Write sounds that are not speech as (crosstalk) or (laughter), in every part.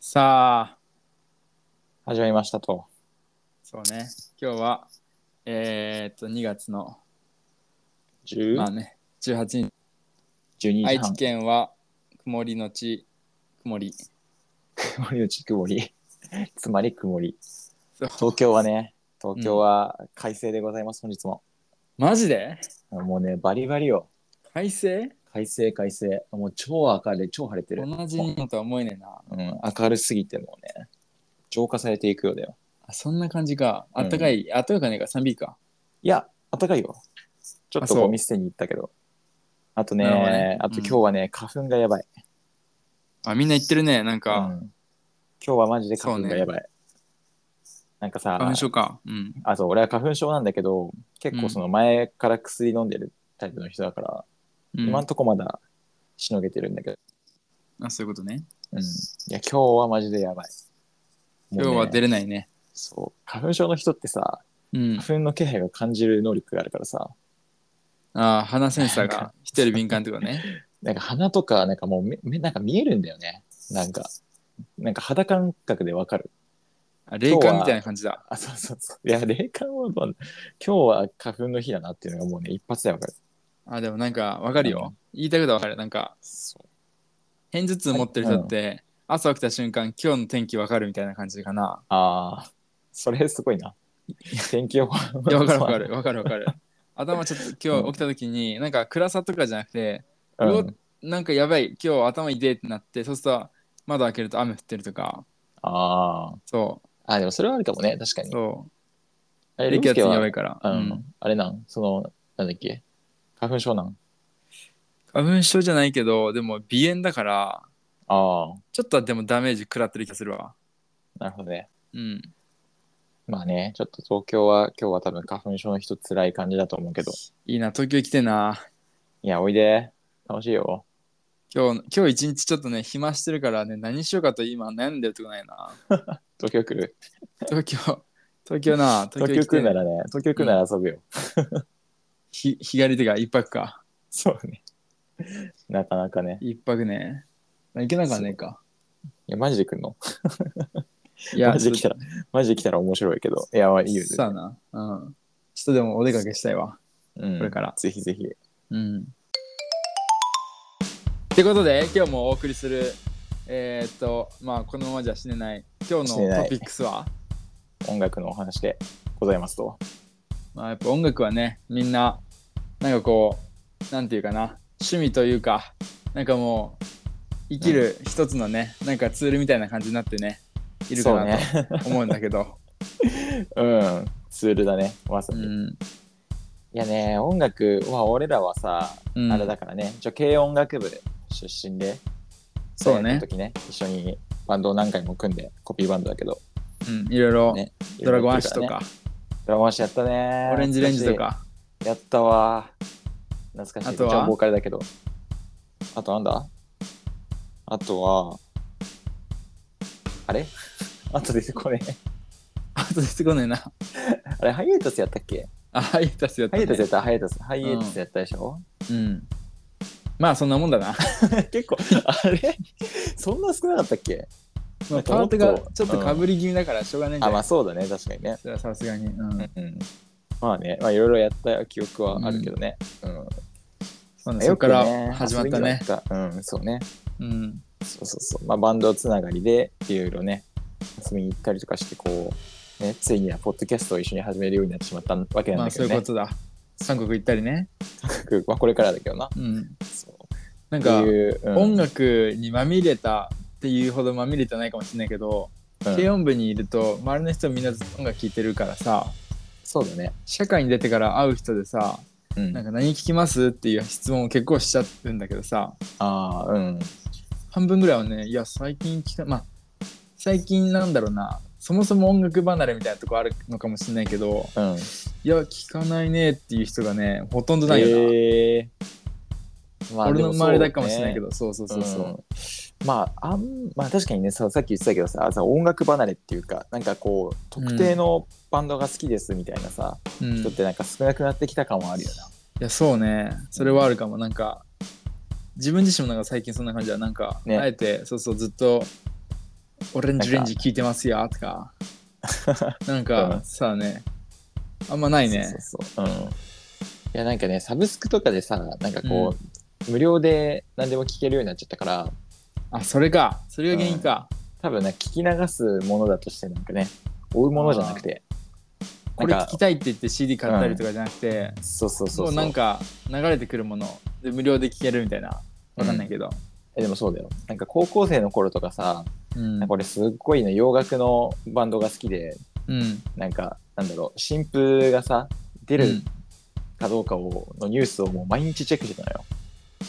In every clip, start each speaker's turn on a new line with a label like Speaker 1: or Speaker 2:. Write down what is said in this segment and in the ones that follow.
Speaker 1: さあ、
Speaker 2: 始まりましたと。
Speaker 1: そうね、今日は、えーっと、2月の、
Speaker 2: 10
Speaker 1: まあね、18日、
Speaker 2: 12時
Speaker 1: 愛知
Speaker 2: 半。
Speaker 1: 県は曇りのち曇り。
Speaker 2: 曇りのち曇
Speaker 1: (laughs)
Speaker 2: り。つまり曇り。
Speaker 1: そう
Speaker 2: 東京はね、東京は快晴でございます、本日も。
Speaker 1: マジで
Speaker 2: もうね、バリバリよ。
Speaker 1: 快晴
Speaker 2: 快晴、快晴。もう超明るい、超晴れてる。
Speaker 1: 同じのとは思えねえな。
Speaker 2: うん、明るすぎてもうね、浄化されていくようだよ。
Speaker 1: あそんな感じか。あったかい、あったかくねえか、3B か。
Speaker 2: いや、暖かいよ。ちょっ
Speaker 1: あ
Speaker 2: と
Speaker 1: そう
Speaker 2: ゴミ捨てに行ったけど。あとね、
Speaker 1: なるほどね
Speaker 2: あ
Speaker 1: うん
Speaker 2: と今日はね、花粉がやばい。
Speaker 1: あ、みんな言ってるね、なん
Speaker 2: うん
Speaker 1: か、
Speaker 2: 今日はマジで花粉がやばい。なんかさ、
Speaker 1: 花粉症か。うん。
Speaker 2: あそう俺は花粉症なんだけど結構その前から薬飲んでるタイプの人だから、
Speaker 1: うん
Speaker 2: 今んとこまだしのげてるんだけど、
Speaker 1: あ、そういうことね。
Speaker 2: うん、いや今日はマジでやばい
Speaker 1: 今日は出
Speaker 2: る
Speaker 1: れないね。
Speaker 2: そう花粉症の人ってさ
Speaker 1: うん。
Speaker 2: 花粉の気配を感じる能力があるからさ
Speaker 1: ああ、鼻センサー
Speaker 2: なん
Speaker 1: が一人敏感ってことね。
Speaker 2: なんか鼻とかなんかもう目目なんか見えるんだよねなんかなんか肌感覚でわかる
Speaker 1: あ霊感みたいな感じだ。
Speaker 2: あそうそうそういや霊感はどうなんだ今日は花粉の日だなっていうのがもうね一発でわかる
Speaker 1: あ、でもなんか、わかるよ。言いたいことはわかる。なんか、
Speaker 2: そう
Speaker 1: 偏頭痛持ってる人って、朝起きた瞬間今日の天気わかるみたいな感じか
Speaker 2: (laughs)
Speaker 1: な。
Speaker 2: ああそれすごいな天気予報
Speaker 1: いやわかるわか
Speaker 2: (laughs)
Speaker 1: るわかるわかる。頭ちょっと今
Speaker 2: う
Speaker 1: 日起
Speaker 2: ん
Speaker 1: きた時に、なんか暗さとかじゃなくて、
Speaker 2: う
Speaker 1: うわ
Speaker 2: ん、
Speaker 1: なんかやばい今日頭痛いってなってそうすると窓開けると雨降ってるとか
Speaker 2: あー
Speaker 1: そ
Speaker 2: あでもそれはあるかもね確か
Speaker 1: う
Speaker 2: に
Speaker 1: そ
Speaker 2: あ
Speaker 1: う
Speaker 2: れ
Speaker 1: 冷気
Speaker 2: 凌
Speaker 1: 圧
Speaker 2: 介
Speaker 1: やば
Speaker 2: はい
Speaker 1: から、
Speaker 2: うん
Speaker 1: うん
Speaker 2: あれなんそのなんだっけ花粉症なん
Speaker 1: 花粉症じゃないけどでも鼻炎だから
Speaker 2: ああ
Speaker 1: ちょっとはでもダメージ食らってる気がするわ
Speaker 2: なるほどね
Speaker 1: うん
Speaker 2: まあねちょっと東京は今日は多分花粉症の人辛い感じだと思うけど
Speaker 1: いいな東京行きてえない
Speaker 2: やおいで楽しいよ
Speaker 1: 今日今日一日ちょっとね暇してるからね何しようかと今悩んでるとこないな
Speaker 2: 東京来る
Speaker 1: 東京東京な
Speaker 2: 東京
Speaker 1: 行きて
Speaker 2: 来
Speaker 1: え
Speaker 2: るならね東京来るなら遊ぶよ、
Speaker 1: ひ日帰りというか一泊か
Speaker 2: そうねなかなかね
Speaker 1: 一泊ね行けなかねえか
Speaker 2: いやマジで来るの
Speaker 1: い
Speaker 2: マジで来たらマジで来たら面白いけどいやまあいいよ、
Speaker 1: さあな。うん。ちょっとでもお出かけしたいわ。
Speaker 2: うん、
Speaker 1: これから
Speaker 2: ぜひぜひ
Speaker 1: うん。ってことで、今日もお送りする、えーっと、まあ、このままじゃ死ねない、今日
Speaker 2: 死ね
Speaker 1: の
Speaker 2: ない
Speaker 1: トピックスは、
Speaker 2: 音楽のお話でございますと
Speaker 1: まあ、やっぱ音楽はね、みんな、なんかこう、なんていうかな、趣味というか、なんかもう、生きる一つのね、なんかツールみたいな感じになってね、いるかな
Speaker 2: そうね
Speaker 1: と思うんだけ
Speaker 2: (laughs)
Speaker 1: ど、
Speaker 2: うんツールだねまさ
Speaker 1: う
Speaker 2: に、
Speaker 1: ん。
Speaker 2: いやね、音楽は俺らはさ、
Speaker 1: うん
Speaker 2: あれだからね、一応軽音楽部出身で、
Speaker 1: そう
Speaker 2: 大
Speaker 1: ね
Speaker 2: 学の、時ね、一緒にバンドを何回も組んで、コピーバンドだけど、
Speaker 1: うん、いろいろ、
Speaker 2: ね
Speaker 1: ドラゴンアッシュと
Speaker 2: いろいろや
Speaker 1: か
Speaker 2: って、るからね。ドラゴンアッシュやったね。
Speaker 1: オレンジレンジと
Speaker 2: 懐し
Speaker 1: か、
Speaker 2: い。やったわ。懐かしい。
Speaker 1: あとは
Speaker 2: 一応ボーカルだけど。あとなんだあとは、あれ (laughs) あと出てこねえ。
Speaker 1: あと出てこねえな。 (laughs)
Speaker 2: あれ、ハイエータスやったっけ
Speaker 1: あ、ハイエータスやった、
Speaker 2: ハ
Speaker 1: ね。
Speaker 2: イエータスやった、ハイエータス。ハイエータスやったでしょ、
Speaker 1: うん。まあそんなもんだ
Speaker 2: (laughs)
Speaker 1: な。
Speaker 2: 結構、あれ (laughs) そんな少なかったっけ
Speaker 1: まあ、
Speaker 2: と
Speaker 1: パートがちょっと
Speaker 2: うん
Speaker 1: かぶり気味だからしょうがないんじゃ
Speaker 2: あ、
Speaker 1: な
Speaker 2: ま
Speaker 1: い
Speaker 2: あそうだね、確かにね。
Speaker 1: それはさすがに。うん。
Speaker 2: うん、まあね、まあいろいろやった記憶はあるけどね。うん。
Speaker 1: そうね
Speaker 2: よ
Speaker 1: そこ
Speaker 2: く
Speaker 1: か
Speaker 2: ね
Speaker 1: ら始まったね。。
Speaker 2: 遊びには行ったうん、そうね。
Speaker 1: うん。
Speaker 2: そうそうそう。まあバンドつながりでいろいろね、遊びに行ったりとかして、こう、ね、ついにはポッドキャストを一緒に始めるようになってしまったわけな
Speaker 1: ま
Speaker 2: ん
Speaker 1: あ
Speaker 2: だけ
Speaker 1: そう
Speaker 2: ど
Speaker 1: いう
Speaker 2: ね
Speaker 1: こ。とだ。韓国行ったりね。
Speaker 2: まあこれからだけどな。
Speaker 1: うん。
Speaker 2: そう
Speaker 1: なん
Speaker 2: っ
Speaker 1: か
Speaker 2: ていう、うん
Speaker 1: 音楽にまみれたっていうほどまみれてないかもしれないけど、
Speaker 2: うん
Speaker 1: 軽音部にいると周りの人みんなずっと音楽聴いてるからさ、
Speaker 2: そうだね。
Speaker 1: 社会に出てから会う人でさ、
Speaker 2: うん。
Speaker 1: なん
Speaker 2: あ
Speaker 1: か何聴きますっていう質問を結構しちゃうんだけどさ、
Speaker 2: あー、うん。
Speaker 1: 半分ぐらいはねいや最近聞かまあ最近なんだろうなそもそも音楽離れみたいなとこあるのかもしれないけど
Speaker 2: うん。
Speaker 1: いや聞かないねっていう人がねほとんどないよな、
Speaker 2: えーまあ
Speaker 1: 俺
Speaker 2: で
Speaker 1: の
Speaker 2: もそう
Speaker 1: 周りだけかもしれない
Speaker 2: ね
Speaker 1: けどそう,、そうそうそう
Speaker 2: うんまああん、まあ確かにねそうさっき言ってたけどささ音楽離れっていうかなんかこう特定のバンドが好きですみたいなさ、
Speaker 1: うん、
Speaker 2: 人っ
Speaker 1: い
Speaker 2: てなんか少なくなってきた感はあるよな、
Speaker 1: やそうねそれはあるかもなんか自分自身もなんか最近そんな感じだなんか、
Speaker 2: ね
Speaker 1: あえてそうそうずっとオレンジレンジ聞いてますよと
Speaker 2: (laughs)
Speaker 1: かなんかさあねあんまないね
Speaker 2: そうそうそううん。いや、なんかね、サブスクとかでさ、なんかこう、無料で何でも聞けるようになっちゃったから、
Speaker 1: あそれかそれが原因か、
Speaker 2: 多分ね、聞き流すものだとして、なんかね、追うものじゃなくて、
Speaker 1: これ聞きたいって言って CD 買ったりとかじゃなくて、
Speaker 2: そうそうそ
Speaker 1: も
Speaker 2: うそうう。
Speaker 1: なんか流れてくるもので無料で聞けるみたいなわかんないけど、
Speaker 2: えでもそうだよ。なんか高校生の頃とかさ、
Speaker 1: うん
Speaker 2: なんか俺すっごいね、洋楽のバンドが好きで、
Speaker 1: うん
Speaker 2: なんか、なんだろう、新風がさ、出
Speaker 1: う
Speaker 2: る
Speaker 1: ん
Speaker 2: かどうかを、のニュースをもう毎日チェックしてたのよ。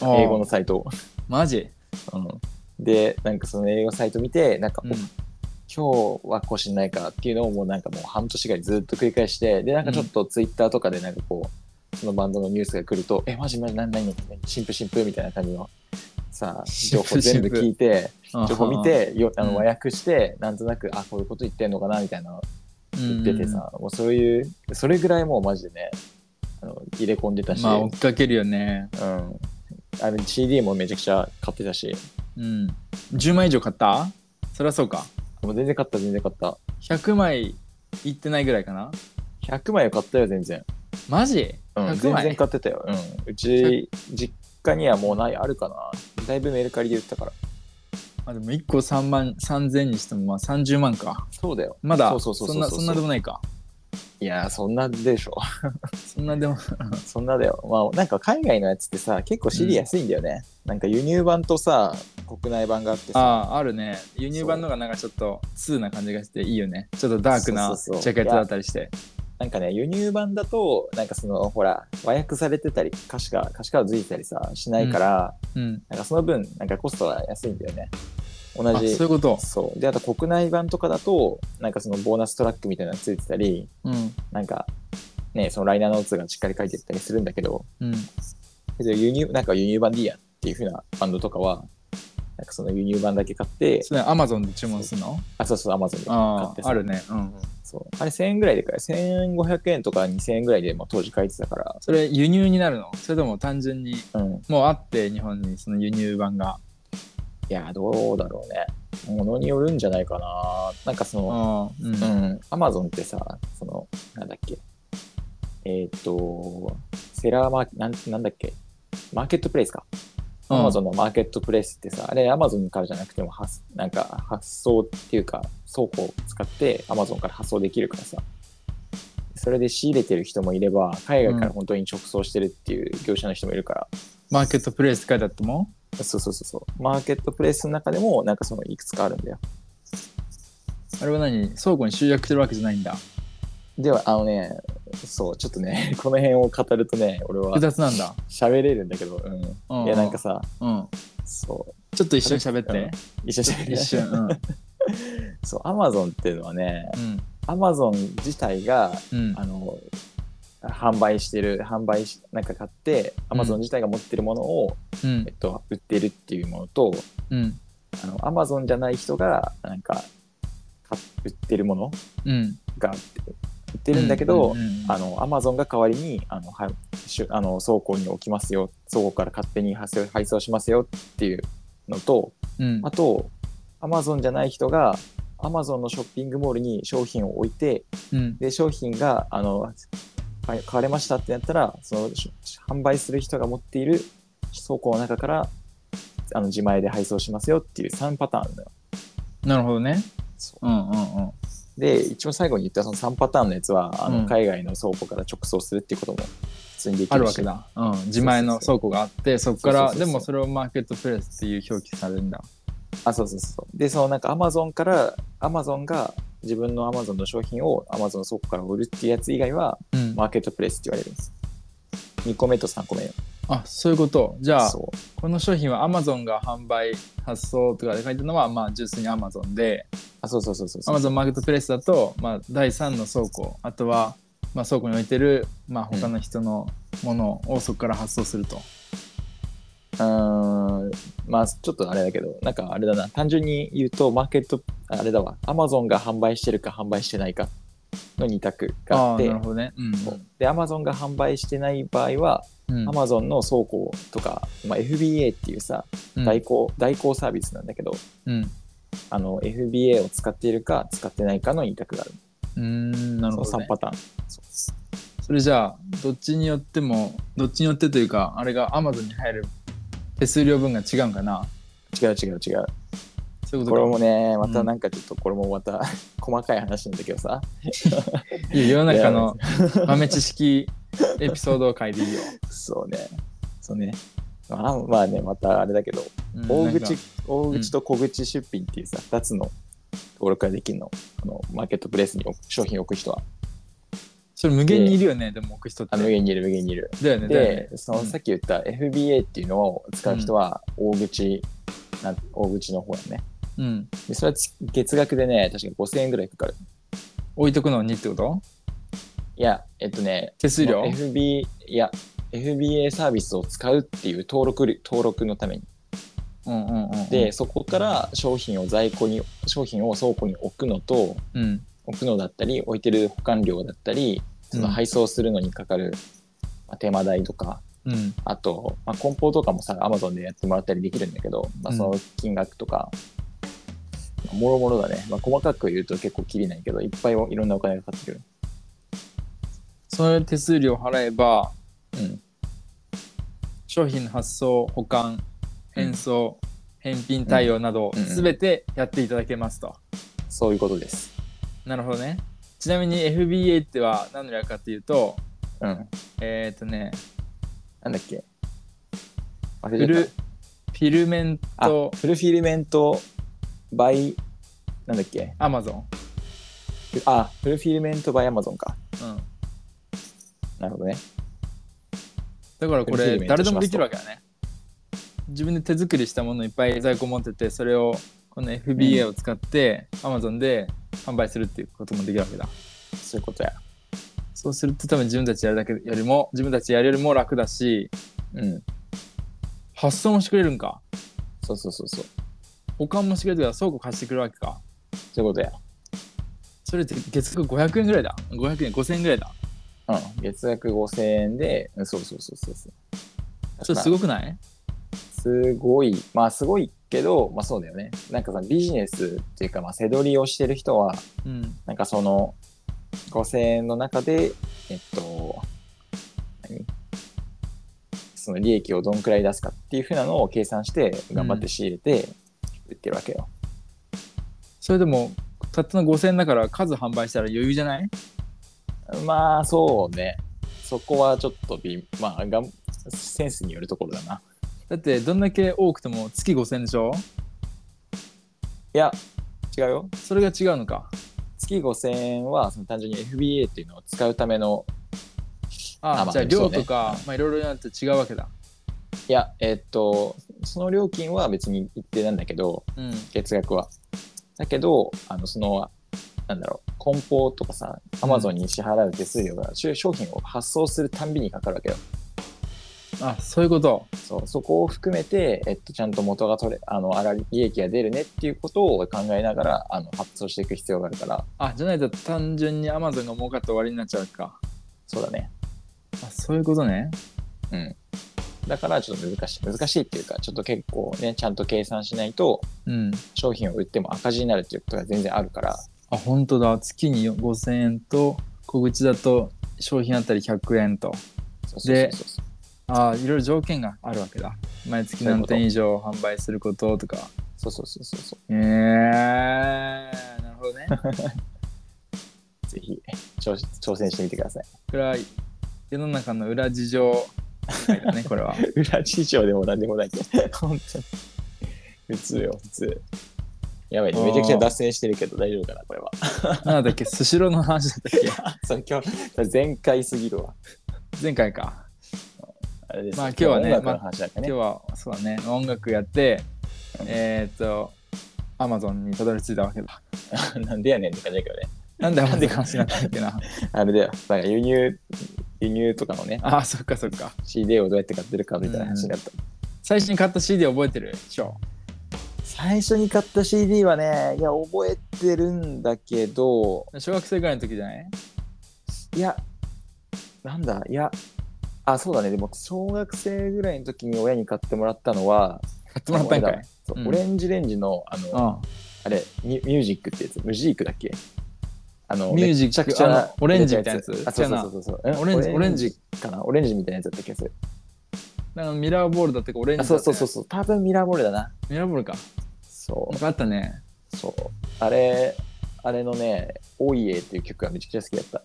Speaker 1: ああ
Speaker 2: 英語のサイトを。
Speaker 1: マジ、
Speaker 2: うん、で、なんかその英語サイト見て、なんか、
Speaker 1: う
Speaker 2: お今日はこうしないかっていうのをもうなんかもう半年ぐらいずっと繰り返してでなんかちょっとツイッターとかでなんかこう、そのバンドのニュースが来ると「えマジマジ何何何新婦新婦」みたいな感じの
Speaker 1: (laughs)
Speaker 2: さ情報全部聞いて
Speaker 1: ん、
Speaker 2: 情報見てよあ
Speaker 1: うん
Speaker 2: の和訳して、なんとなくあこういうこと言ってんのかなみたいなの言っててさ、もうそういうそれぐらいもうマジでねあの入れ込んでた
Speaker 1: うん
Speaker 2: し、
Speaker 1: まあ追っかけるよね
Speaker 2: うん、あの CD もめちゃくちゃ買ってたし
Speaker 1: うん10枚以上買ったそりゃそうか
Speaker 2: もう全然買った全然買った
Speaker 1: 100枚いってないぐらいかな
Speaker 2: 100枚は買ったよ全然。
Speaker 1: マジ、
Speaker 2: うん、
Speaker 1: 100
Speaker 2: 全
Speaker 1: 枚
Speaker 2: 然買ってたよ、うん、うち実家にはもうないあるかなだいぶメルカリで売ったから
Speaker 1: あでも1個3万3000にしてもまあ30万か
Speaker 2: そうだよ
Speaker 1: まだ
Speaker 2: そうそ
Speaker 1: そう
Speaker 2: そうそうん
Speaker 1: なそんなでもないか
Speaker 2: いやーそんなでしょ (laughs)
Speaker 1: そんなでも
Speaker 2: そんなだよまあなんか海外のやつってさ結構 CD 安いんだよね、なんか輸入版とさ国内版があってさ
Speaker 1: あああるね輸入版のがなんかちょっと通な感じがしていいよねちょっとダークなジ
Speaker 2: そうそうそう
Speaker 1: ャケットだったりして
Speaker 2: なんかね輸入版だとなんかそのほら和訳されてたり歌詞が歌詞から付いてたりさしないから、
Speaker 1: うん
Speaker 2: なんかその分なんかコストが安いんだよね同
Speaker 1: あそうい
Speaker 2: じ
Speaker 1: うこと
Speaker 2: そうであと国内版とかだとなんかそのボーナストラックみたいなのついてたり
Speaker 1: うん
Speaker 2: なんか、ね、そのライナーノーツがしっかり書いてったりするんだけど、
Speaker 1: うん
Speaker 2: けど輸入、なんか輸入版でいいやっていう風なバンドとかは、なんかその輸入版だけ買って、
Speaker 1: それアマゾンで注文するの
Speaker 2: あ、そうそう、アマゾンで買
Speaker 1: あ
Speaker 2: って
Speaker 1: あ
Speaker 2: さ
Speaker 1: ある。ねうん
Speaker 2: そう。あれ1000円ぐらいで買え、1500円とか2000円ぐらいで、まあ、当時書いてたか
Speaker 1: それ輸入になるのそれとも単純に
Speaker 2: ら、うん。い
Speaker 1: もうあって日本にその輸入版が
Speaker 2: やー、どうだろうね。ものによるんじゃないかな。なんかそ
Speaker 1: あ
Speaker 2: の、
Speaker 1: あうん
Speaker 2: うん、アマゾンってさ、その、なんだっけ。えーっ、と、セラーマーなん、なんだっけ。マーケットプレイスか。アマゾンのマーケットプレイスってさ、あれアマゾンからじゃなくても発、なんか発送っていうか、倉庫を使ってアマゾンから発送できるからさ。それで仕入れてる人もいれば、海外から本当に直送してるっていう業者の人もいるから、
Speaker 1: マーケットプレイス書いてあっても
Speaker 2: そうそうそうそう。マーケットプレイスの中でも、なんかそのいくつかあるんだよ。
Speaker 1: あれは何倉庫に集約してるわけじゃないんだ
Speaker 2: では、あのね、そう、ちょっとね、 (laughs) この辺を語るとね、俺は
Speaker 1: 複雑なんだ、
Speaker 2: 喋れるんだけど、う
Speaker 1: うん
Speaker 2: ん。いや、なんかさ、
Speaker 1: うん
Speaker 2: そう、
Speaker 1: ちょっと一緒に喋って
Speaker 2: 一緒に喋る
Speaker 1: 一瞬うん
Speaker 2: (laughs) そう、アマゾンっていうのはね、
Speaker 1: うん
Speaker 2: アマゾン自体が、
Speaker 1: うん
Speaker 2: あの販売してる販売しなんか買って
Speaker 1: うん
Speaker 2: Amazon 自体が持ってるものを、
Speaker 1: うん
Speaker 2: えっと、売ってるっていうものと
Speaker 1: うん
Speaker 2: あの Amazon じゃない人がなんか買っ売ってるもの
Speaker 1: うん
Speaker 2: があって売ってるんだけど、
Speaker 1: うんうんうん
Speaker 2: あの Amazon が代わりにあのはしゅあの倉庫に置きますよ倉庫から勝手に配送配送しますよっていうのと
Speaker 1: うん
Speaker 2: あと Amazon じゃない人が Amazon のショッピングモールに商品を置いて
Speaker 1: うん
Speaker 2: で商品があの買買われましたってなったらそのし販売する人が持っている倉庫の中からあの自前で配送しますよっていう3パターンあるのよ。
Speaker 1: なるほどね
Speaker 2: そ
Speaker 1: うんうんうん
Speaker 2: うで一番最後に言ったその3パターンのやつはあ
Speaker 1: うん
Speaker 2: の海外の倉庫から直送するっていうことも普通にできるし
Speaker 1: あるわけだ、うん、自前の倉庫があってそこから
Speaker 2: そうそうそうそう
Speaker 1: でもそれをマーケットプレイスっていう表記されるんだ
Speaker 2: あそうそうそうでそのなんか Amazon から Amazon が自分の Amazon の商品を Amazon の倉庫から売るっていうやつ以外は
Speaker 1: うん
Speaker 2: マーケットプレイスって言われるんです2個目と3個目よ
Speaker 1: あそういうことじゃあ
Speaker 2: そう
Speaker 1: この商品は Amazon が販売発送とかで書いてるのはまあ純粋に Amazon で
Speaker 2: あそうそうそうそうそう
Speaker 1: Amazon マーケットプレイスだと、まあ、第3の倉庫あとは、まあ、倉庫に置いてる、まあ、他の人のものをそこから発送すると、
Speaker 2: うーんまあちょっとあれだけどなんかあれだな単純に言うとマーケットあれだわアマゾンが販売してるか販売してないかの2択があ
Speaker 1: あ
Speaker 2: っ
Speaker 1: あ
Speaker 2: て
Speaker 1: なるほどねうん
Speaker 2: そうでアマゾンが販売してない場合は
Speaker 1: うん
Speaker 2: アマゾンの倉庫とか、まあ、FBA っていうさ
Speaker 1: うん
Speaker 2: 代行、代行サービスなんだけど
Speaker 1: うん
Speaker 2: あの FBA を使っているか使ってないかの二択がある。
Speaker 1: うーんなるほど、
Speaker 2: その
Speaker 1: ね
Speaker 2: 3、パターン。そうです
Speaker 1: それじゃあどっちによってもどっちによってというかあれが Amazon に入る手数料分が違うんかな
Speaker 2: 違う違う違う。
Speaker 1: そういうこ
Speaker 2: ことれ
Speaker 1: か
Speaker 2: もね、ま
Speaker 1: う
Speaker 2: た
Speaker 1: ん
Speaker 2: なんかちょっと、これもまた (laughs) 細かい話なんだけどさ。
Speaker 1: いや世の中の
Speaker 2: い
Speaker 1: 豆知識エピソード会でいいよ、
Speaker 2: そうね。そうね。まあ、まあね、またあれだけど、
Speaker 1: うん
Speaker 2: 大
Speaker 1: なん
Speaker 2: 口
Speaker 1: か、
Speaker 2: 大口と小口出品っていうさ、2つの登録ができるの。このマーケットプレイスに置く商品を置く人は。
Speaker 1: それ無限にいるよねでも置く人っ
Speaker 2: あの、無
Speaker 1: て
Speaker 2: 限にいる、無限にいる。
Speaker 1: だよねだよね
Speaker 2: で、そのさっき言った FBA っていうのを使う人は、大口、なん大口の方やね。
Speaker 1: うん
Speaker 2: で、それはつ月額でね、確か5000円ぐらいかかる。
Speaker 1: 置いとくのにってこと
Speaker 2: いや、えっとね、
Speaker 1: 手数料
Speaker 2: FB、いや、FBA サービスを使うっていう登録り、登録のために。
Speaker 1: うんうんうんうん
Speaker 2: で、そこから商品を在庫に、商品を倉庫に置くのと、
Speaker 1: うん
Speaker 2: 置くのだったり、置いてる保管料だったり、その配送するのにかかる、まあ、手間代とか、
Speaker 1: うん
Speaker 2: あと、まあ、梱包とかもさ、Amazon でやってもらったりできるんだけど、まあ、
Speaker 1: うん
Speaker 2: その金額とか、まあもろもろだね。まあ、細かく言うと結構きりないけど、いっぱいおいろんなお金がかかってくる。
Speaker 1: その手数料払えば
Speaker 2: うん。
Speaker 1: 商品の発送保管返送、返品対応など
Speaker 2: うんうんうん
Speaker 1: 全てやっていただけますと、
Speaker 2: そういうことです。
Speaker 1: なるほどねちなみに FBA っては何の略かっていうと
Speaker 2: うん。
Speaker 1: えっ、とね
Speaker 2: なんだっけあ
Speaker 1: フ
Speaker 2: れ
Speaker 1: ルフィルメン
Speaker 2: あ
Speaker 1: ト
Speaker 2: フルフィルメントバイなんだっけ
Speaker 1: アマゾ
Speaker 2: あフルフィルメントバイアマゾンか
Speaker 1: ン、うん、
Speaker 2: なるほどね
Speaker 1: だからこ
Speaker 2: フルフィ
Speaker 1: れ
Speaker 2: ルメント
Speaker 1: 誰でもできるわけだね自分で手作りしたものいっぱい在庫持っててそれをこの FBA を使って、Amazon で販売するっていうこともできるわけだ
Speaker 2: そういうことや
Speaker 1: そうすると多分自分たちやるだけよりも自分たちやるよりも楽だし
Speaker 2: うん
Speaker 1: 発送もしてくれるんか
Speaker 2: そうそうそうそう
Speaker 1: 保管もしてくれるから倉庫貸してくれるわけか
Speaker 2: そういうことや
Speaker 1: それって月額500円ぐらいだ500円5000円ぐらいだ
Speaker 2: うん月額5000円でうんそうそうそうそうそう
Speaker 1: それすごくない
Speaker 2: すごいまあすごいけどまあそうだよねなんかさビジネスっていうかまあ背取りをしてる人は
Speaker 1: うん
Speaker 2: なんかその5000円の中でえっと何その利益をどんくらい出すかっていうふうなのを計算して頑張って仕入れて売ってるわけよ、
Speaker 1: それでもたったの5000円だから数販売したら余裕じゃない
Speaker 2: まあそうねそこはちょっとびまあがんセンスによるところだな
Speaker 1: だってどんだけ多くても月5000円でしょ
Speaker 2: いや違うよ
Speaker 1: それが違うのか
Speaker 2: 月5000円はその単純に FBA っていうのを使うための
Speaker 1: あ
Speaker 2: あまあ
Speaker 1: じゃあ
Speaker 2: そ
Speaker 1: 量
Speaker 2: うね
Speaker 1: とか、まあいろいろになって違うわけだ
Speaker 2: いやえっとその料金は別に一定なんだけど、
Speaker 1: うん
Speaker 2: 月額は。だけど、あの、その、なんだろう、梱包とかさ、アマゾンに支払う手数料が、しゅ商品を発送するたんびにかかるわけよ。
Speaker 1: あそういうこと
Speaker 2: そう、そこを含めて、えっと、ちゃんと元が取れ、あの、あら利益が出るねっていうことを考えながら、あの、発送していく必要があるから、
Speaker 1: あじゃないと単純に Amazon が儲かって終わりになっちゃうか
Speaker 2: そうだね。
Speaker 1: あそういうことね
Speaker 2: うん。だから、ちょっと難しい。難しいっていうか、ちょっと結構ね、ちゃんと計算しないと、
Speaker 1: うん
Speaker 2: 商品を売っても赤字になるっていうことが全然あるから、
Speaker 1: あ本当だ月に5000円と小口だと商品あたり100円と
Speaker 2: そうそうそうそう。
Speaker 1: ああいろいろ条件があるわけだ毎月何点以上販売することとか
Speaker 2: そうそうそうそうそ
Speaker 1: へえなるほどね (laughs)
Speaker 2: う。ぜひ、挑挑戦してみてください。
Speaker 1: これは世の中の裏事情だねこれは (laughs)
Speaker 2: 裏事情でも何でもないけど、 (laughs) 本当に。普通よ、普通。やばいね、
Speaker 1: あー
Speaker 2: めちゃくちゃ脱線してるけど大丈夫かな、これは。 (laughs)
Speaker 1: なんだっけスシローの話だったっけ
Speaker 2: そう今日、前回すぎるわ。
Speaker 1: 前回か
Speaker 2: あれです
Speaker 1: まあ今日はね
Speaker 2: 音楽の話だったね
Speaker 1: 今日。はそうだね音楽やってえーっとアマゾンにたどり着いたわけだ
Speaker 2: (laughs) なんでやねんって感じだけどね。
Speaker 1: なんでアマゾンの話になったっけな
Speaker 2: あれだよ、なんか輸入、輸入とかのね、
Speaker 1: ああそっかそっか
Speaker 2: CD をどうやって買ってるかみたいな話になった。
Speaker 1: 最初に買った CD 覚えてるでしょ
Speaker 2: 最初に買った CD はね、いや、覚えてるんだけど、
Speaker 1: 小学生ぐらいの時じゃない
Speaker 2: いや、なんだ、いや、あ、そうだね、でも、小学生ぐらいの時に親に買ってもらったのは、
Speaker 1: 買ってもらったんか
Speaker 2: あの
Speaker 1: い
Speaker 2: そう
Speaker 1: うん
Speaker 2: オレンジレンジのあの
Speaker 1: あ
Speaker 2: あれミュ、ミュージックってやつ、ムジークだっけあの、
Speaker 1: ミュージック
Speaker 2: めちゃくちゃ
Speaker 1: あのオレンジみたいなやつ
Speaker 2: あ、そうそうそうそう。え
Speaker 1: オレンジ
Speaker 2: オレンジかなオレンジみたいなやつだった気がする。
Speaker 1: なんかミラーボールだってかオレンジ
Speaker 2: あ、
Speaker 1: だった
Speaker 2: そ
Speaker 1: よ
Speaker 2: う
Speaker 1: ね
Speaker 2: そうそうそう。多分ミラーボールだな。
Speaker 1: ミラーボールか
Speaker 2: そ
Speaker 1: なんかあったね
Speaker 2: う、そう。あれ、あれのね、オイエっていう曲がめちゃくちゃ好きだっ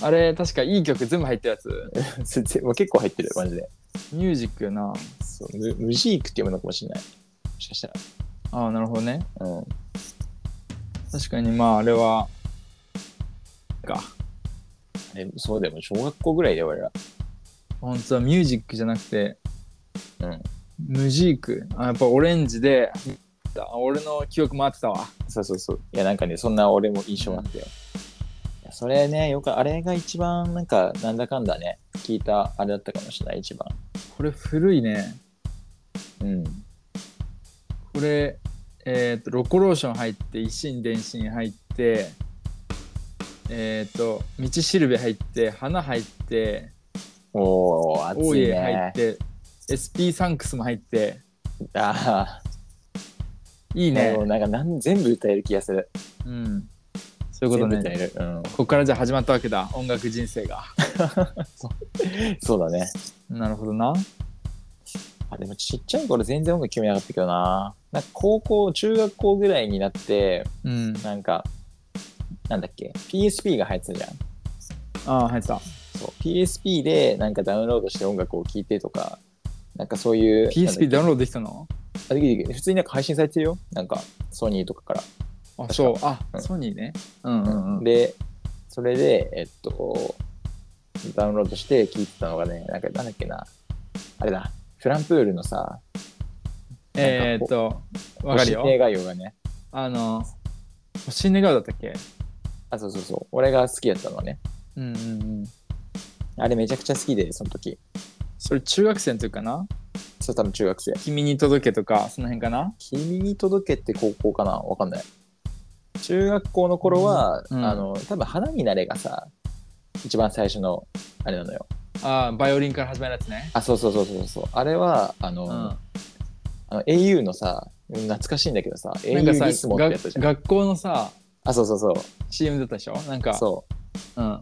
Speaker 2: た。
Speaker 1: あれ確かいい曲全部入ってるやつ
Speaker 2: 全然も (laughs) う結構入ってる、マジで。
Speaker 1: ミュージックよな
Speaker 2: そうムムジークって読むのかもしれない。もしかしたら。
Speaker 1: ああなるほどね
Speaker 2: うん。
Speaker 1: 確かにまああれはか
Speaker 2: あれ、そうだよ。小学校ぐらいで俺ら。
Speaker 1: 本当はミュージックじゃなくて
Speaker 2: うん。
Speaker 1: ムジークあやっぱオレンジでだ俺の記憶回ってたわ
Speaker 2: そうそうそう。いや、なんかね、そんな俺も印象あったよ。いやそれね、よく、あれが一番、なんか、なんだかんだね、聞いた、あれだったかもしれない、一番。
Speaker 1: これ古いね
Speaker 2: うん。
Speaker 1: これえっ、とロコローション入って一心伝心入ってえっ、と道しるべ入って花入って
Speaker 2: おー、
Speaker 1: 大
Speaker 2: 熱い
Speaker 1: 家入っ
Speaker 2: ね。
Speaker 1: て SP サンクスも入って
Speaker 2: あ (laughs) あ、
Speaker 1: いいね
Speaker 2: もうなんかなん全部歌える気がする。
Speaker 1: うんそういうこと
Speaker 2: 全部歌
Speaker 1: ね
Speaker 2: える。うん。
Speaker 1: ここからじゃあ始まったわけだ音楽人生が
Speaker 2: そうだね。
Speaker 1: なるほどな
Speaker 2: あ、でもちっちゃい頃全然音楽決めなかったけどな。なんか高校、中学校ぐらいになって、
Speaker 1: うん
Speaker 2: なんか、なんだっけ、PSP が流行ってたじゃん。
Speaker 1: ああ入ってた
Speaker 2: そう PSP でなんかダウンロードして音楽を聴いてとか、なんかそういう。
Speaker 1: PSP
Speaker 2: で
Speaker 1: ダウンロードできたの
Speaker 2: あできるできる普通になんか配信されてるよ。なんかソニーとかから。
Speaker 1: あそうあ、
Speaker 2: うん
Speaker 1: ソニーねうんうんうん
Speaker 2: で、それで、えっと、ダウンロードして聴いてたのがね、なんかなんだっけな、あれだ、フランプールのさ、
Speaker 1: えー、っとわかるよ
Speaker 2: 星願いをがね、
Speaker 1: あの星願うだったっけ
Speaker 2: あ、そうそうそう、俺が好きだったのはね、
Speaker 1: うんうんうん
Speaker 2: あれめちゃくちゃ好きで、その時。
Speaker 1: それ中学生の時かな
Speaker 2: そう、多分中学生。
Speaker 1: 君に届けとかその辺かな
Speaker 2: 君に届けって高校かなわかんない。中学校の頃は、
Speaker 1: うんうん
Speaker 2: あの、多分花になれがさ、一番最初の、あれなのよ。
Speaker 1: あーバイオリンから始まるやつね
Speaker 2: あ、そうそうそうそうそう。あれは、あの、
Speaker 1: うん
Speaker 2: あの au のさ、懐かしいんだけどさ、
Speaker 1: なんか
Speaker 2: au
Speaker 1: さ
Speaker 2: リスモってやったじゃん。
Speaker 1: 学校のさ
Speaker 2: あ、そうそうそう。
Speaker 1: CM だったでしょなんか、
Speaker 2: そう
Speaker 1: ん、
Speaker 2: う。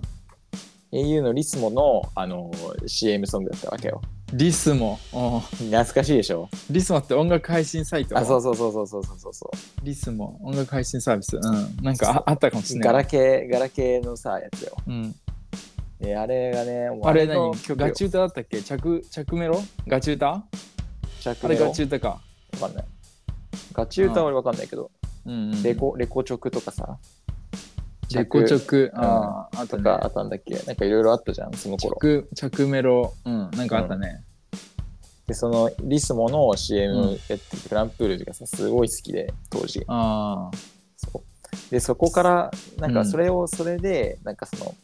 Speaker 2: au のリスモの、あの、CM ソングだったわけよ。
Speaker 1: リスモうん
Speaker 2: 懐かしいでしょ
Speaker 1: リスモって音楽配信サイト
Speaker 2: あ、そうそうそうそうそうそうそう。
Speaker 1: リスモ音楽配信サービスうんなんかああったかもしれない
Speaker 2: ガラケー、ガラケーのさ、やつよ。
Speaker 1: うん
Speaker 2: であれがね、もう
Speaker 1: あれ
Speaker 2: の
Speaker 1: 何
Speaker 2: 曲よ
Speaker 1: ガチ歌だったっけ着着メロガチ歌
Speaker 2: 着
Speaker 1: あれ
Speaker 2: メロ
Speaker 1: ガチ歌か。
Speaker 2: わかんない。ガチ歌は俺わかんないけど、
Speaker 1: うんうん
Speaker 2: レコ、レコチョクとかさ、
Speaker 1: レコチョク。
Speaker 2: うん
Speaker 1: ああ、あった
Speaker 2: と
Speaker 1: ね。
Speaker 2: かあったんだっけ、なんかいろいろあったじゃん、その頃。
Speaker 1: 着着メロ。うん、なんかあったね。
Speaker 2: で、そのリスモの CM
Speaker 1: うん
Speaker 2: やってるトランプールがさ、すごい好きで、当時。
Speaker 1: あ
Speaker 2: そうで、そこから、なんか
Speaker 1: うん
Speaker 2: それを、それで、なんかその、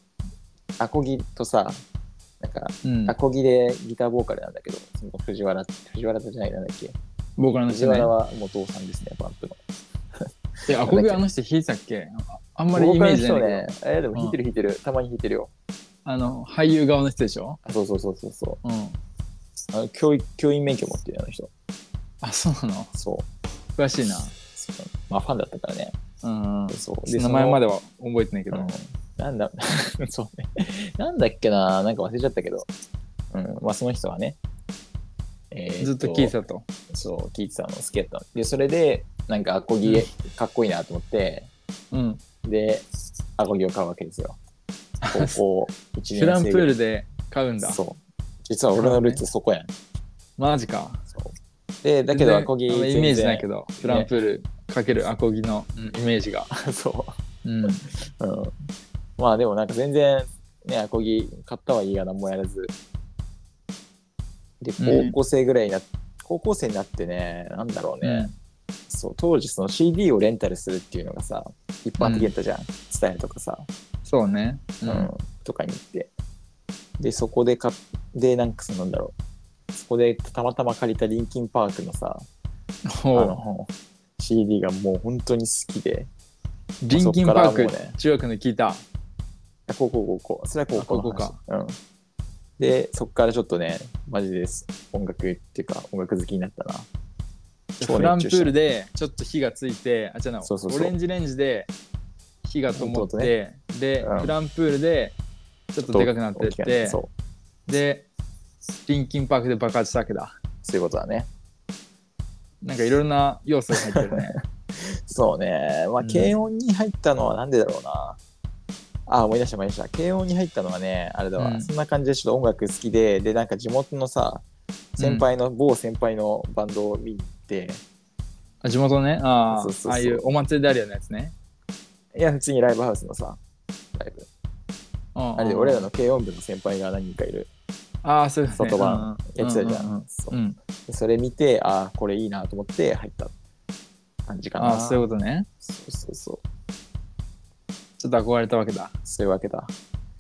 Speaker 2: アコギとさ、なんか、
Speaker 1: あ、うん
Speaker 2: ア。コギでギターボーカルなんだけど、その藤原、藤原じゃないなんだっけ。
Speaker 1: ボーカルの
Speaker 2: 藤
Speaker 1: 人ね
Speaker 2: 原。はもう父さんですね、バンプの。
Speaker 1: え、アコギあの人弾いてたっけああん
Speaker 2: ボ
Speaker 1: まりイ
Speaker 2: ーカ
Speaker 1: メ
Speaker 2: ル
Speaker 1: ー
Speaker 2: の
Speaker 1: ジない
Speaker 2: 人
Speaker 1: んだけど
Speaker 2: ね、えーでも弾いてる弾いてる、たまに弾いてるよ。
Speaker 1: あの、俳優側の人でしょ
Speaker 2: あそうそうそうそうそう。
Speaker 1: うん。
Speaker 2: あの教育教員免許持ってるような人。
Speaker 1: あ、そうなの
Speaker 2: そう。
Speaker 1: 詳しいな。
Speaker 2: そうまあファンだったからね。
Speaker 1: うん。
Speaker 2: そう。
Speaker 1: 名前ま
Speaker 2: で
Speaker 1: では覚えてないけ
Speaker 2: その。
Speaker 1: ど
Speaker 2: うん。なんだ、 (laughs) そうね。なんだっけな、なんか忘れちゃったけど。うん。まあその人はね。えー
Speaker 1: ずっと聞いてたと。
Speaker 2: そう、聞いてたの、好きだったの。で、それで、なんかアコギ、かっこいいなと思って、
Speaker 1: うん。
Speaker 2: で、アコギを買うわけですよ。高校1年
Speaker 1: (laughs)
Speaker 2: 生
Speaker 1: フランプー
Speaker 2: ル
Speaker 1: ルで買うんだ。
Speaker 2: そう。実は俺のルーツそこやん。
Speaker 1: マジか。
Speaker 2: そう。で、だけどアコギ
Speaker 1: 全然あのイメージないけど、フラン
Speaker 2: プ
Speaker 1: プールかけるアコギのうんイメージが。
Speaker 2: ール。そう。
Speaker 1: うん。
Speaker 2: うんまあでもなんか全然ねアコギ買ったはいいが何もやらずで
Speaker 1: うん
Speaker 2: 高校生ぐらいになっ高校生になってねなんだろうね、
Speaker 1: うん
Speaker 2: そう当時その CD をレンタルするっていうのがさ一般的だったじゃん、スタイルとかさ、
Speaker 1: そうね。う
Speaker 2: うん
Speaker 1: ん。
Speaker 2: とかに行ってでそこで買っでなんかそのなんだろうそこでたまたま借りたリンキンパークのさあ
Speaker 1: ほう
Speaker 2: の CD がもう本当に好きで
Speaker 1: リンキンパーク、
Speaker 2: そっからもうね
Speaker 1: 中学の聞いた。
Speaker 2: あ高校高校それは高校の話
Speaker 1: あ高校
Speaker 2: うん、でそっからちょっとねマジです音楽っていうか音楽好きになったな超
Speaker 1: フランプ
Speaker 2: 熱中した
Speaker 1: ールでちょっと火がついてあ違うな
Speaker 2: そうそうそう
Speaker 1: オレンジレンジで火が灯って、
Speaker 2: 灯って
Speaker 1: で、
Speaker 2: うん
Speaker 1: フランプールでちょっとでかくなってっ
Speaker 2: 大きな
Speaker 1: て
Speaker 2: そう。
Speaker 1: でリンキンパークで爆発したわけだ
Speaker 2: そういうことだね。
Speaker 1: なんかいろんな要素が入ってる
Speaker 2: (laughs)
Speaker 1: ね
Speaker 2: そうね。まあ、
Speaker 1: うん
Speaker 2: 軽音に入ったのはなんでだろうな。あ、思い出した思い出した。軽音に入ったのはね、あれだわ。
Speaker 1: うん
Speaker 2: そんな感じでちょっと音楽好きで、で、なんか地元のさ、先輩の、某先輩のバンドを見に行って、
Speaker 1: あ地元ねあー
Speaker 2: そうそうそう
Speaker 1: ああいうお祭りであるようなやつね
Speaker 2: いや、普通にライブハウスのさ、ライブ。あ
Speaker 1: あ
Speaker 2: れで、俺らの軽音部の先輩が何人かいる。
Speaker 1: ああそうですね
Speaker 2: 外番やってたじゃ
Speaker 1: うんうんうん
Speaker 2: ん。そううんでそれ見て、あこれいいなと思って入った感じかな。
Speaker 1: ああそういうことね
Speaker 2: そうそうそう。
Speaker 1: ちょっと憧れたわけだ
Speaker 2: そういうわけだ。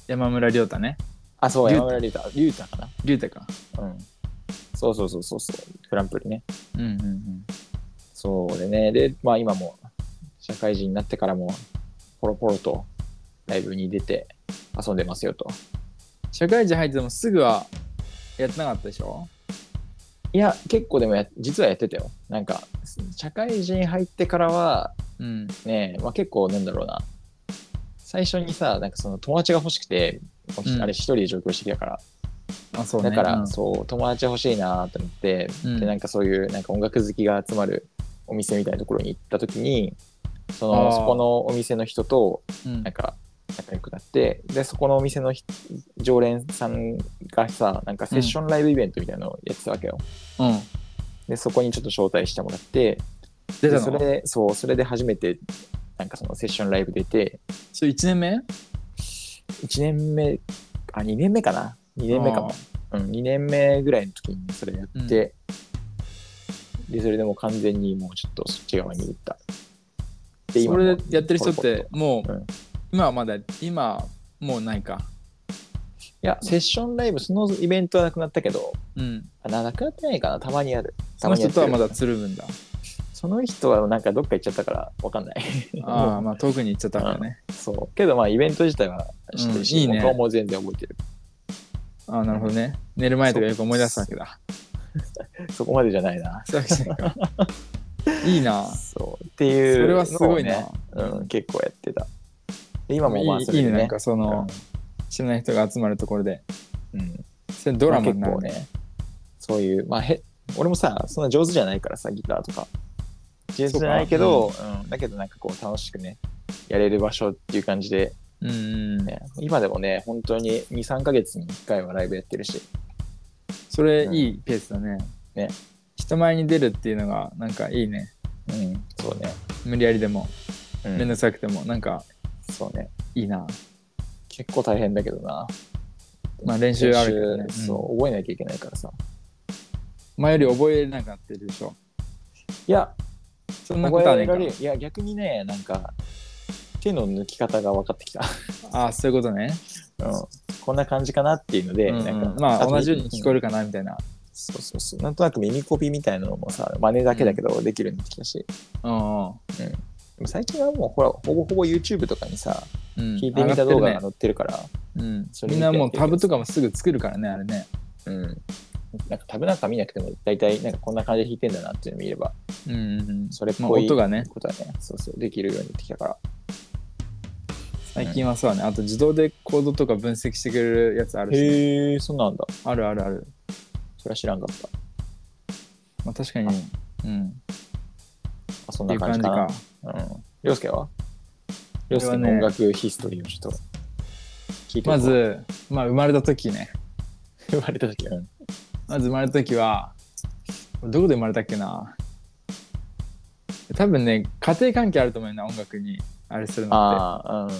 Speaker 1: 山村亮太ね
Speaker 2: あ、そう、
Speaker 1: リュウ
Speaker 2: 山村龍太。龍太か
Speaker 1: 亮太か
Speaker 2: な。うん。そうそうそうそうそう。グランプリね。
Speaker 1: うんうんうん
Speaker 2: そうでね。で、まあ今も、社会人になってからも、ポロポロとライブに出て遊んでますよと。
Speaker 1: 社会人入ってもすぐはやってなかったでしょ
Speaker 2: いや、結構でもや、実はやってたよ。なんか、社会人入ってからは、
Speaker 1: うん
Speaker 2: ねまあ、結構なんだろうな最初にさなんかその友達が欲しくて、
Speaker 1: うん
Speaker 2: あれ一人で上京してきたから、
Speaker 1: あそうね
Speaker 2: だから、
Speaker 1: うん
Speaker 2: そう友達欲しいなと思って、
Speaker 1: うん
Speaker 2: でなんかそういうなんか音楽好きが集まるお店みたいなところに行った時にそ
Speaker 1: あ
Speaker 2: の
Speaker 1: ー
Speaker 2: そこのお店の人と
Speaker 1: うん
Speaker 2: なんか仲良くなってでそこのお店のひ常連さんがさなんかセッションライブイベントみたいなのをやってたわけよ、
Speaker 1: うん
Speaker 2: でそこにちょっと招待してもらって
Speaker 1: 出
Speaker 2: で
Speaker 1: た
Speaker 2: それ
Speaker 1: の
Speaker 2: でそうそれで初めてなんかそのセッションライブ出て
Speaker 1: それ1年目
Speaker 2: 1年目あ2年目かな2年目かも、うん、2年目ぐらいの時にそれやって、でそれでもう完全にもうちょっとそっち側に行った
Speaker 1: あー
Speaker 2: で
Speaker 1: そ
Speaker 2: も
Speaker 1: れでやってる人っ
Speaker 2: ポロポ
Speaker 1: て
Speaker 2: ロと
Speaker 1: もう、
Speaker 2: うん
Speaker 1: 今はまだ今もうないか
Speaker 2: いやセッションライブそのイベントはなくなったけど
Speaker 1: うん
Speaker 2: あななくなってないかなたまにある
Speaker 1: その人とはま
Speaker 2: だ
Speaker 1: だつるぶんだ
Speaker 2: その人はなんかどっか行っちゃったからわかんない
Speaker 1: (laughs) ああまあ遠くに行っちゃったからね
Speaker 2: (laughs) そうけどまあイベント自体は知ってるし、
Speaker 1: うんいいね
Speaker 2: 僕はもう全然覚えてる
Speaker 1: ああなるほどね寝る前とかよく思い出すわけだ
Speaker 2: そこまでじゃないな
Speaker 1: そういうわ
Speaker 2: (laughs)
Speaker 1: けじゃないかいいな
Speaker 2: そうって
Speaker 1: そ
Speaker 2: いう
Speaker 1: れはすごい
Speaker 2: のを
Speaker 1: な、
Speaker 2: ねうん、結構やってた。で今もまあ
Speaker 1: いい
Speaker 2: そ
Speaker 1: い
Speaker 2: れ
Speaker 1: い
Speaker 2: で
Speaker 1: ね
Speaker 2: ね
Speaker 1: なんかその、知らない人が集まるところで
Speaker 2: うんうん
Speaker 1: それドラマに
Speaker 2: ま
Speaker 1: な
Speaker 2: あ
Speaker 1: る
Speaker 2: 結構ね、そういう、まあへ、俺もさ、そんな上手じゃないからさ、ギターとか。上手じゃないけど、うん、だけどなんかこう楽しくね、やれる場所っていう感じで、
Speaker 1: うんうん
Speaker 2: ね、今でもね、本当に2、3ヶ月に1回はライブやってるし、
Speaker 1: それいいペースだね。
Speaker 2: ね
Speaker 1: 人前に出るっていうのがなんかいいね。
Speaker 2: うん、そうね。
Speaker 1: 無理やりでも、
Speaker 2: う
Speaker 1: 面倒
Speaker 2: ん、
Speaker 1: くさくても、なんか
Speaker 2: そうね。
Speaker 1: いいな。
Speaker 2: 結構大変だけどな。
Speaker 1: まあ練習あるけどね
Speaker 2: 練習そう、覚えなきゃいけないからさ。
Speaker 1: 前より覚えれなくなってるでしょ。
Speaker 2: いや、
Speaker 1: そんなことはねえか
Speaker 2: 覚えられるいや逆にねなんか手の抜き方が分かってきた、
Speaker 1: ああ、そういうことね。
Speaker 2: うん、こんな感じかなっていうので、
Speaker 1: うんうん
Speaker 2: なんか
Speaker 1: まあ
Speaker 2: と
Speaker 1: 同じように聞こえ
Speaker 2: うん
Speaker 1: るかなみたいな。
Speaker 2: そうそうそうなんとなく耳コピみたいなのもさ真似だけだけどできるようになってきたし、
Speaker 1: うんうん。
Speaker 2: でも最近はもうほらほぼほぼ YouTube とかにさ
Speaker 1: うん、
Speaker 2: 聞いてみた動画
Speaker 1: 上が
Speaker 2: が
Speaker 1: って
Speaker 2: 載ってるから
Speaker 1: るねうん
Speaker 2: それ
Speaker 1: み
Speaker 2: 見
Speaker 1: ん
Speaker 2: て
Speaker 1: なもうタブとかもすぐ作るからね、あれね。
Speaker 2: うん、なんかタブなんか見なくても大体なんかこんな感じで弾いてんだなっていうの見れば
Speaker 1: うんうんうん。
Speaker 2: それっ
Speaker 1: まあ
Speaker 2: ぽい
Speaker 1: 音がね
Speaker 2: ことはねそうそうできるようになってきたから
Speaker 1: 最近はそうだね。あと自動でコードとか分析してくれるやつあるし、
Speaker 2: へえそうなんだ
Speaker 1: あるあるある。
Speaker 2: それは知らんかった
Speaker 1: まあ確かに、うん。
Speaker 2: あそん
Speaker 1: ってい
Speaker 2: な
Speaker 1: う
Speaker 2: 感
Speaker 1: 感
Speaker 2: じ
Speaker 1: じ
Speaker 2: かな
Speaker 1: か。
Speaker 2: うん。りょうすけはりょうすけ
Speaker 1: 俺は
Speaker 2: の
Speaker 1: ね
Speaker 2: 音楽ヒストリーをちょっと聞いて
Speaker 1: ま、ず、まあ生まれた時ね。
Speaker 2: (laughs) 言われた時は、うん
Speaker 1: まず生まれた時はどこで生まれたっけな多分ね家庭関係あると思うよな音楽にあれするのっ
Speaker 2: ああ、うん。そ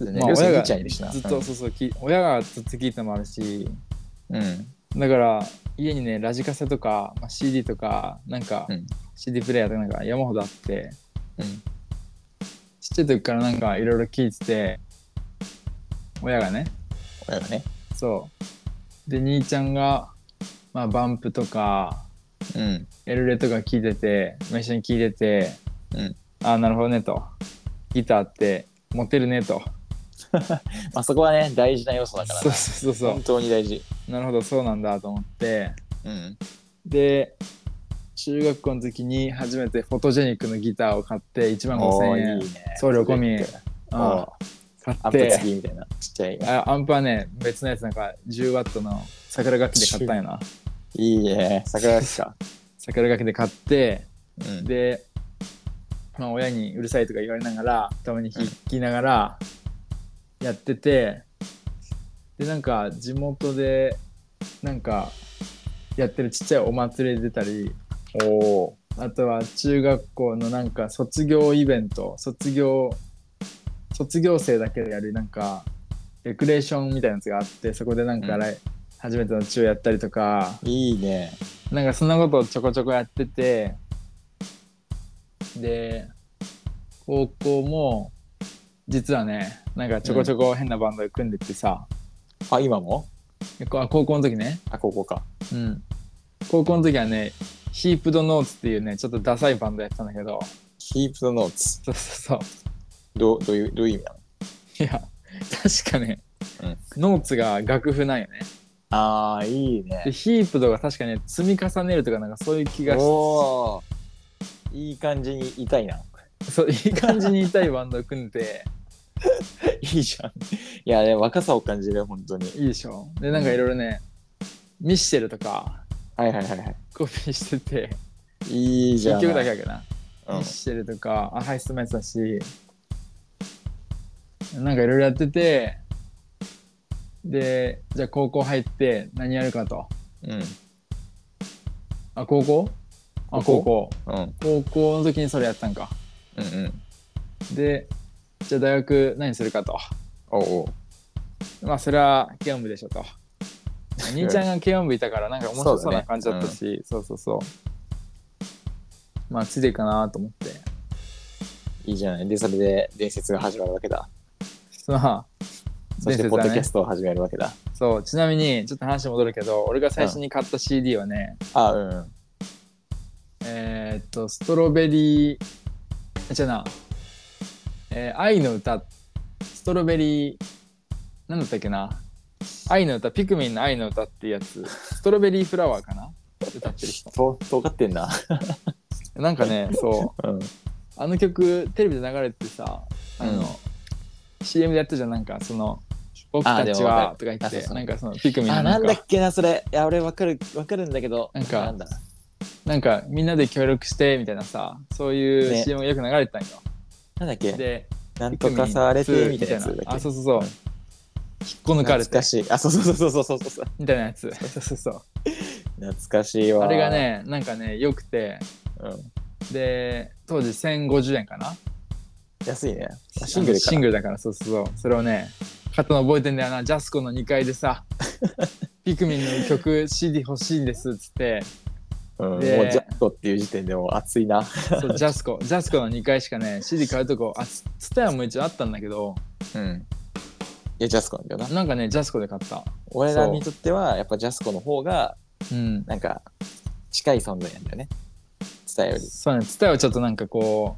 Speaker 2: う
Speaker 1: て、
Speaker 2: だね。
Speaker 1: まあ、
Speaker 2: りょうす
Speaker 1: 親
Speaker 2: け
Speaker 1: がず
Speaker 2: 兄ちゃんいるしな。
Speaker 1: っと、そうそうき親がずっと聴いたのもあるし
Speaker 2: うん。うん。
Speaker 1: だから家にねラジカセとか、まあ、CD とかなんか
Speaker 2: うん
Speaker 1: CD プレイヤーとかなんか山ほどあって
Speaker 2: うん。
Speaker 1: ちっちゃい時からなんかいろいろ聴いてて親がね
Speaker 2: 親がね。
Speaker 1: そうで兄ちゃんが、まあ、バンプとか
Speaker 2: うん。
Speaker 1: エルレとか聞いてて、まあ一緒に聞いてて、
Speaker 2: うん
Speaker 1: ああ、なるほどねと。ギターってモテるねと。
Speaker 2: まあそこはね、大事な要素だから
Speaker 1: そう
Speaker 2: な。
Speaker 1: そうそう
Speaker 2: 本当に大事。
Speaker 1: そう。なるほど、そうなんだと思って。
Speaker 2: うん。
Speaker 1: で、中学校の時に初めてフォトジェニックのギターを買って1万5000円
Speaker 2: おーいいね
Speaker 1: 送料込み
Speaker 2: それって
Speaker 1: うん
Speaker 2: おー
Speaker 1: 買
Speaker 2: ア
Speaker 1: っ
Speaker 2: ップ
Speaker 1: て
Speaker 2: 付きみたいな。ちっちゃい。
Speaker 1: あアンプはね別のやつなんか 10W の桜楽器で買ったんやない
Speaker 2: いね。桜ですか。
Speaker 1: 桜楽器で買って
Speaker 2: うん。
Speaker 1: で、まあ、親にうるさいとか言われながらたまに弾きながらやっててでなんか地元でなんかやってるちっちゃいお祭り出たり
Speaker 2: おー
Speaker 1: あとは中学校のなんか卒業イベント卒業卒業生だけでやるなんかレクレーションみたいなやつがあってそこでなんか
Speaker 2: うん
Speaker 1: 来、初めての中やったりとか
Speaker 2: いいね。
Speaker 1: なんかそんなことをちょこちょこやっててで高校も実はねなんかちょこちょこ変なバンドで組んでてさ、
Speaker 2: あ、今も
Speaker 1: こ高校の時ね、
Speaker 2: あ、ここか。
Speaker 1: うん、高校の時はねヒープドノーツっていうねちょっとダサいバンドやってたんだけど
Speaker 2: キープのノーツ。
Speaker 1: そうそうそう
Speaker 2: どう、どういう、どういう意味なの
Speaker 1: いや、確かね、ノーツが楽譜なんよね。
Speaker 2: ああ、いいね
Speaker 1: で、。ヒープとか確かね、積み重ねるとか、なんかそういう気がし
Speaker 2: おお。いい感じに痛いな。 (laughs)
Speaker 1: そういい感じに痛いバンドを組んで、
Speaker 2: いいじゃん。いや、ね、若さを感じる、本当に。
Speaker 1: いいでしょ。で、なんかいろいろね、ミッシェルとか
Speaker 2: はいはいはいはい。
Speaker 1: コピーしてて、
Speaker 2: いいじゃん。
Speaker 1: 一曲だけだけどな。
Speaker 2: うん
Speaker 1: ミッシェルとか、アハイストもやってたし、なんかいろいろやってて、で、じゃあ高校入って何やるかと。
Speaker 2: うん。
Speaker 1: あ、高校あ、高
Speaker 2: 高
Speaker 1: 校。
Speaker 2: うん。
Speaker 1: 高校の時にそれやったんか。
Speaker 2: うんうん。
Speaker 1: でじゃあ大学何するかと
Speaker 2: おうおう。
Speaker 1: まあそれは軽音部でしょ
Speaker 2: (laughs)
Speaker 1: と兄ちゃんが軽音部いたからなんか面白そう
Speaker 2: そうだ
Speaker 1: な
Speaker 2: ね
Speaker 1: 感じだったしそう,、そうそうまあついていくかなと思って (laughs)
Speaker 2: いいじゃない。で、それで伝説が始まるわけだ。
Speaker 1: まあ
Speaker 2: そして、
Speaker 1: 伝
Speaker 2: ポ
Speaker 1: 説だ
Speaker 2: ッドキャ
Speaker 1: ね
Speaker 2: ストを始めるわけだ。
Speaker 1: そうちなみにちょっと話戻るけど俺が最初に買った CD はね、
Speaker 2: あ、うん。
Speaker 1: えーっとストロベリーあ違うな、えー愛の歌ストロベリーなんだったっけな愛の歌ピクミンの愛の歌っていうやつストロベリーフラワーかな歌ってる人
Speaker 2: と、とがってんな。
Speaker 1: なんか
Speaker 2: (laughs)
Speaker 1: ね、そう、
Speaker 2: うん。
Speaker 1: あの曲、テレビで流れててさ、あの、
Speaker 2: うん
Speaker 1: CM でやったじゃん、なんか、その、僕たち
Speaker 2: でもわ
Speaker 1: は
Speaker 2: か
Speaker 1: とか言
Speaker 2: あ
Speaker 1: っ
Speaker 2: そう
Speaker 1: て、
Speaker 2: そう
Speaker 1: なんかその、ピクミン
Speaker 2: あ、
Speaker 1: の
Speaker 2: な
Speaker 1: なんん
Speaker 2: だっ
Speaker 1: か、
Speaker 2: けな、それ。いや、俺わかる、わかるんだけど。
Speaker 1: なんか
Speaker 2: なんだ。
Speaker 1: なんかみんなで協力して、みたいなさ、そういう
Speaker 2: ね
Speaker 1: CM がよく流れてたんよ。
Speaker 2: なんだっけ
Speaker 1: で、
Speaker 2: なんとかされて、みたいなやつだっけ。
Speaker 1: あ、そうそうそう。
Speaker 2: うん
Speaker 1: 引っこ抜かれ
Speaker 2: 懐
Speaker 1: て
Speaker 2: か、しい。あ、そうそうそうそうそうそうそう。
Speaker 1: みたいなやつ。そうそうそう。
Speaker 2: 懐かしいわ。
Speaker 1: あれが。ね、なんかね、よくて、
Speaker 2: うん。
Speaker 1: で、当時1050円かな
Speaker 2: 安いね。あシングルか
Speaker 1: シン。グルだからそうそうそうそれをね買ったの覚えてんだよなジャスコの2階で
Speaker 2: (laughs)
Speaker 1: さピクミンの曲 CD 欲しいんですっつって
Speaker 2: うん。もうジ
Speaker 1: で
Speaker 2: ャットっていう時点でもう熱いな。
Speaker 1: そうジャスコジャスコの2階しかね CD 買うとこあつツタヤも一応あったんだけど
Speaker 2: うん。いや、ジャスコなんだよな。
Speaker 1: なんかねジャスコで買った
Speaker 2: 俺らにとっては、やっぱジャスコの方が、
Speaker 1: うん
Speaker 2: なんか、近い存在なんだよね。伝えより。
Speaker 1: そうねツタヤはちょっとなんかこ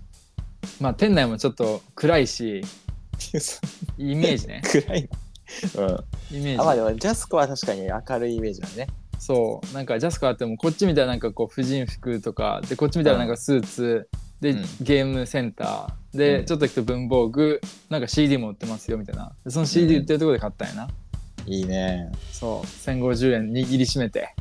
Speaker 1: うまあ店内もちょっと暗いし
Speaker 2: (laughs)
Speaker 1: イメージね
Speaker 2: 暗いな。うん。
Speaker 1: イメ
Speaker 2: あ、まあ
Speaker 1: ージ
Speaker 2: でも、ジャスコは確かに明るいイメージだね。
Speaker 1: そうなんかジャスコあってもこっちみたいななんかこう婦人服とかでこっちみたいななんかスーツ、で、
Speaker 2: うん
Speaker 1: ゲームセンター
Speaker 2: う
Speaker 1: で
Speaker 2: ん
Speaker 1: ちょっと行くと文房具なんか CD も売ってますよみたいなでその CD 売ってるところで買ったんやな、
Speaker 2: いいね。
Speaker 1: そう1050円握りしめて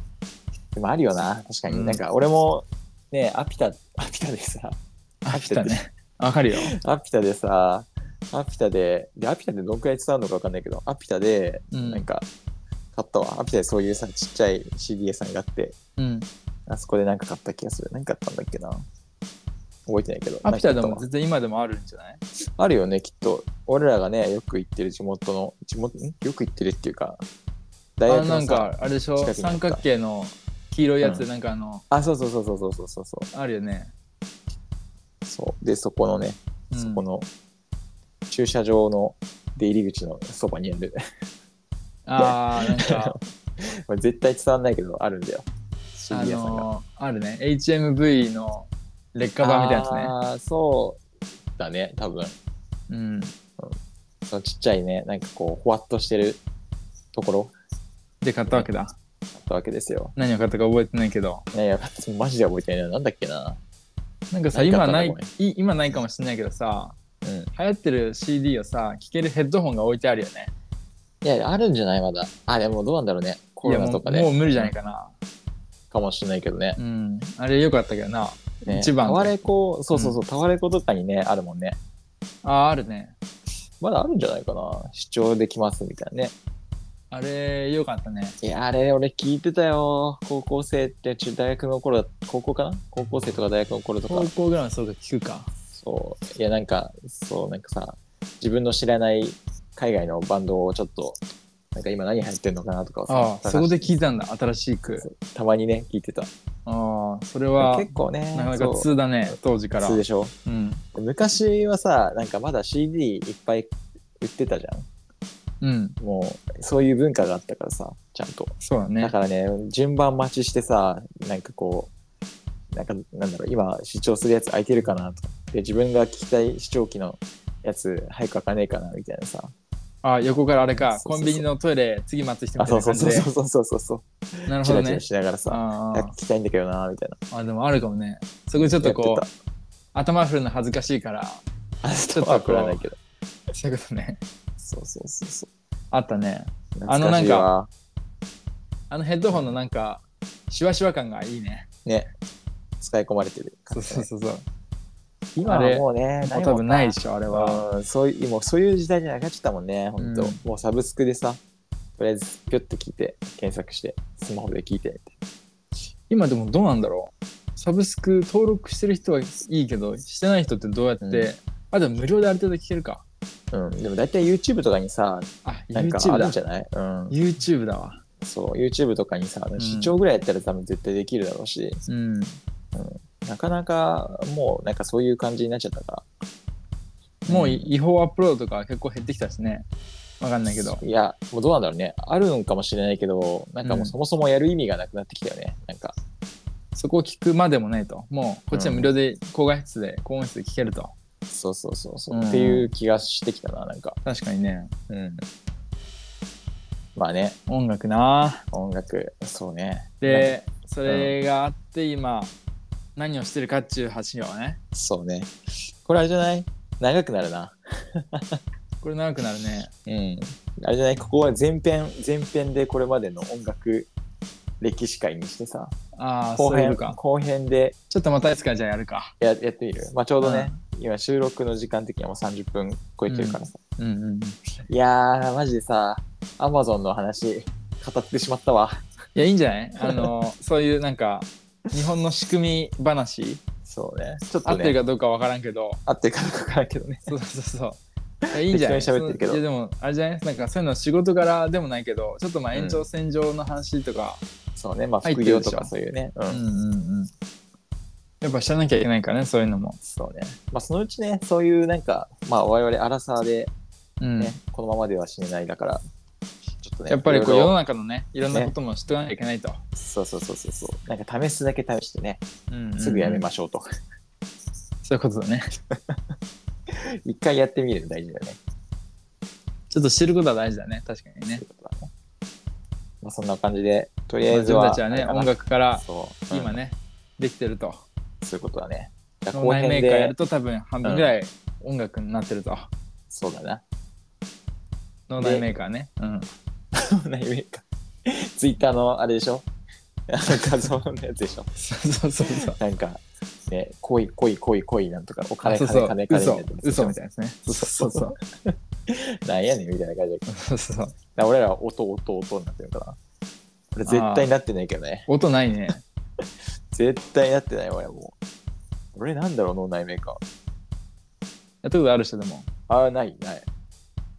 Speaker 2: でもあるよな。確かに。
Speaker 1: うん
Speaker 2: なんか、俺も、ね、アピタ、アピタでさ、 (laughs)
Speaker 1: 飽きたねわかるよ
Speaker 2: アピタでさ、アピタで、で、アピタでどんくらい伝わるのかわかんないけど、アピタで、
Speaker 1: うん
Speaker 2: なんか、買ったわ。アピタでそういうさ、ちっちゃい CD 屋さんがあって、
Speaker 1: うん
Speaker 2: あそこでなんか買った気がする。何買ったんだっけな。覚えてないけど。
Speaker 1: アピタで
Speaker 2: なん
Speaker 1: も
Speaker 2: か買っ
Speaker 1: 全然今でもあるんじゃない
Speaker 2: たわあるよね、きっと。俺らがね、よく行ってる地元の、地元、んよく行ってるっていうか、大
Speaker 1: あ
Speaker 2: 学
Speaker 1: な
Speaker 2: の
Speaker 1: ん
Speaker 2: さ、
Speaker 1: かあれでしょ
Speaker 2: 近くにあった
Speaker 1: 三角形の黄色いやつ、なんかあの
Speaker 2: あ、そうそうそうそうそうそうそう。
Speaker 1: あるよね、
Speaker 2: そうで、そこのね、
Speaker 1: うん、
Speaker 2: そこの駐車場の出入り口のそばにある。 (laughs)
Speaker 1: あーなんか
Speaker 2: これ絶対伝わんないけど、あるんだよ。CD
Speaker 1: あ
Speaker 2: 屋さんが。
Speaker 1: のーあるね HMV の劣化版みたいなやつね
Speaker 2: ああ、そうだね、多分。
Speaker 1: うん
Speaker 2: そのちっちゃいね、なんかこう、ほわっとしてるところ
Speaker 1: で買ったわけだ
Speaker 2: だっったわけですよ。
Speaker 1: 何を買ったか覚えてないけど
Speaker 2: ねえ、やばいマジで覚えてないな。なんだっけな。
Speaker 1: なんかさ
Speaker 2: 何買
Speaker 1: 今
Speaker 2: ったんだ
Speaker 1: ない
Speaker 2: こ
Speaker 1: い今ないかもしれないけどさ
Speaker 2: うん。
Speaker 1: 流行ってる CD をさ聴けるヘッドホンが置いてあるよね
Speaker 2: いや、あるんじゃないまだ。あ、でもどうなんだろうね。コロ
Speaker 1: い
Speaker 2: ナ
Speaker 1: やも
Speaker 2: と
Speaker 1: う
Speaker 2: かで。
Speaker 1: もう無理じゃないかな
Speaker 2: かもしれないけどね。
Speaker 1: うんあれ良かったけどな
Speaker 2: ね
Speaker 1: 一番
Speaker 2: タワレコ、そうそうそう、タワレコとかにね、あるもんね。
Speaker 1: あーあるね
Speaker 2: まだあるんじゃないかな。視聴できますみたいなね。
Speaker 1: あれ良かったね
Speaker 2: いや、あれ、俺聞いてたよ。高校生って、ち大学の頃だ、高校かな高校生とか大学の頃とか
Speaker 1: 高。校ぐらいのそうか聞くか
Speaker 2: そう。いや、なんか、そう、なんかさ、自分の知らない海外のバンドをちょっと、なんか今何流行ってんのかなとかをさ
Speaker 1: ああ
Speaker 2: 探して
Speaker 1: そこで聞いたんだ新しく
Speaker 2: たまにね、聞いてた。
Speaker 1: ああそれは
Speaker 2: 結構ね、
Speaker 1: なかな
Speaker 2: そ
Speaker 1: か
Speaker 2: う
Speaker 1: 通だね当時から
Speaker 2: 普通でしょ
Speaker 1: うん
Speaker 2: 昔はさなんかまだ CD いっぱい売ってたじゃ
Speaker 1: うん
Speaker 2: んもうそういう文化があったからさちゃんと、
Speaker 1: そうだね
Speaker 2: だからね順番待ちしてさなんかこうなんかなんだろう今視聴するやつ空いてるかなとで自分が聞きたい視聴器のやつ早く開かねえかなみたいなさ
Speaker 1: あ横からあれか
Speaker 2: そうそうそう
Speaker 1: コンビニのトイレ次待つ人
Speaker 2: あ
Speaker 1: みたい
Speaker 2: そう
Speaker 1: な
Speaker 2: そ
Speaker 1: 感
Speaker 2: う
Speaker 1: じ
Speaker 2: そう
Speaker 1: で
Speaker 2: そうそうそうそう
Speaker 1: なる
Speaker 2: チ
Speaker 1: ほど
Speaker 2: ラチ
Speaker 1: ね
Speaker 2: ラしながらさ
Speaker 1: あ
Speaker 2: 早く聞きたいんだけどなみたいな
Speaker 1: あああでもあるかもねそこでちょっとこ
Speaker 2: や
Speaker 1: う頭振るの恥ずかしいから
Speaker 2: あち
Speaker 1: ょっと
Speaker 2: ょっと
Speaker 1: こう
Speaker 2: わからないけど
Speaker 1: そういうことね
Speaker 2: そうそうそうそう
Speaker 1: あったねあのなん
Speaker 2: 懐か
Speaker 1: か
Speaker 2: しいわ
Speaker 1: あのヘッドホンのなんかシワシワ感がいいね
Speaker 2: ね使い込まれてる
Speaker 1: そう
Speaker 2: 感じだね
Speaker 1: そうそうそうあ
Speaker 2: 今
Speaker 1: れ
Speaker 2: はもうね、
Speaker 1: もう
Speaker 2: い
Speaker 1: 多
Speaker 2: もん
Speaker 1: 分ないでしょあれは
Speaker 2: うんそういう、もうそういう時代じゃなくなっちゃったもんね、本当、
Speaker 1: うん
Speaker 2: もうサブスクでさ、とりあえずピョッて聞いて、検索して、スマホで聞いてって。
Speaker 1: 今でもどうなんだろうサブスク登録してる人はいいけどしてない人ってどうやって、
Speaker 2: うん
Speaker 1: あでも無料である程度聞けるか
Speaker 2: うん、でも大体 YouTube とかにさ、
Speaker 1: あ
Speaker 2: なんか
Speaker 1: YouTube
Speaker 2: ある
Speaker 1: だ
Speaker 2: んじゃないうん。
Speaker 1: YouTube だわ
Speaker 2: そう、YouTube とかにさ、視聴ぐらいやったら多分絶対できるだろうし、
Speaker 1: うん
Speaker 2: なかなかもうなんかそういう感じになっちゃったから。
Speaker 1: もう
Speaker 2: い
Speaker 1: い違法アップロードとか結構減ってきたしねわかんないけど
Speaker 2: いや、もうどうなんだろうね。あるんかもしれないけど、なんかもうそもそもやる意味がなくなってきたよね。なんか、
Speaker 1: そこを聞くまでもないともうこっちは無料で高画質で高音質で聞けると
Speaker 2: そうそうそうそう、
Speaker 1: うん
Speaker 2: っていう気がしてきたな、なんか。
Speaker 1: 確かにね
Speaker 2: うん。まあね、
Speaker 1: 音楽な
Speaker 2: 音楽、そうね。
Speaker 1: でそれがあって今何をしてるかっちゅう話をね
Speaker 2: そうね。これあれじゃない長くなるな。
Speaker 1: これ長くなるね
Speaker 2: うん。あれじゃないここは前編、前編でこれまでの音楽歴史会にしてさ、
Speaker 1: ああ
Speaker 2: 後
Speaker 1: そういう
Speaker 2: 編、
Speaker 1: ことか
Speaker 2: 後編で
Speaker 1: ちょっとまたいつかじゃあやるか
Speaker 2: ややってみる。まあちょうどね、今収録の時間的にはもう30分超えてるからさ。
Speaker 1: うんうんい
Speaker 2: いやー、マジでさ、アマゾンの話、語ってしまったわ。
Speaker 1: やいいんじゃないあ
Speaker 2: (laughs)
Speaker 1: のそういうなんか日本の仕組み話
Speaker 2: そうね。ちょっ
Speaker 1: 合
Speaker 2: と
Speaker 1: ってる
Speaker 2: ね、
Speaker 1: かどうかわからんけど
Speaker 2: 合ってるかどうかわからんけどね。
Speaker 1: そうそうそうそう。いやいいんじゃない
Speaker 2: 適当に喋ってるけど
Speaker 1: そのいやでもあれじゃないなんかそういうの仕事柄でもないけどちょっとまあ延長線上の話とか、
Speaker 2: そうね、まあ
Speaker 1: 入っ
Speaker 2: 副
Speaker 1: てる
Speaker 2: 業
Speaker 1: でしょ
Speaker 2: とかそういうね。うん
Speaker 1: うん、うんうんやっぱ知らなきゃいけないからねそういうのも、
Speaker 2: そうね。まあ、そのうちね、そういうなんか、まあ、我々、アラサーで
Speaker 1: うん
Speaker 2: ね、このままでは死ねないだから、ちょっとね、
Speaker 1: やっぱりこう
Speaker 2: い
Speaker 1: 世
Speaker 2: ろい
Speaker 1: の
Speaker 2: ろ
Speaker 1: 中のねいろんなことも知っておかなきゃいけないと、
Speaker 2: そうそうそうそうそう、なんか試すだけ試してね、
Speaker 1: うんうん
Speaker 2: すぐやめましょうと。 (laughs)
Speaker 1: そういうことだね
Speaker 2: 一回やってみるの大事だよね。
Speaker 1: ちょっと知ることは大事だね確かに
Speaker 2: そうい
Speaker 1: ね
Speaker 2: うことだねまあ、そんな感じで、とり
Speaker 1: ま
Speaker 2: あ
Speaker 1: あ
Speaker 2: え
Speaker 1: 自
Speaker 2: ず
Speaker 1: 分
Speaker 2: は、
Speaker 1: たちはね
Speaker 2: あれかな
Speaker 1: 音楽から
Speaker 2: そう、
Speaker 1: 今
Speaker 2: ね、
Speaker 1: ね、できてると
Speaker 2: そういうことだね。じゃあ、
Speaker 1: 脳
Speaker 2: 後
Speaker 1: 内
Speaker 2: 編
Speaker 1: メーカーや
Speaker 2: で
Speaker 1: る、と多分半分ぐらい音楽になってると、
Speaker 2: そうだな。 (laughs)
Speaker 1: 脳内メーカーね、うん、
Speaker 2: 脳内メーカー。ツイッターのあれでしょあの画像のやつでしょ
Speaker 1: そうそうそうそう
Speaker 2: なんか、ね、恋、恋、恋、恋なんとか、お
Speaker 1: あ
Speaker 2: 金、
Speaker 1: そう
Speaker 2: 金、
Speaker 1: そう
Speaker 2: 金、金
Speaker 1: 嘘
Speaker 2: みたいな。
Speaker 1: 嘘みたいですね
Speaker 2: そうそうそう。なんやねんみたいな感じだけど
Speaker 1: そうそうそう。
Speaker 2: な俺らは音、音、音になってるから。俺絶対なってないけどね。
Speaker 1: 音ないね。
Speaker 2: 絶対なってない俺はもう。俺なんだろう、脳内メーカー。
Speaker 1: やったことある人でも。
Speaker 2: ああ、ない、ない。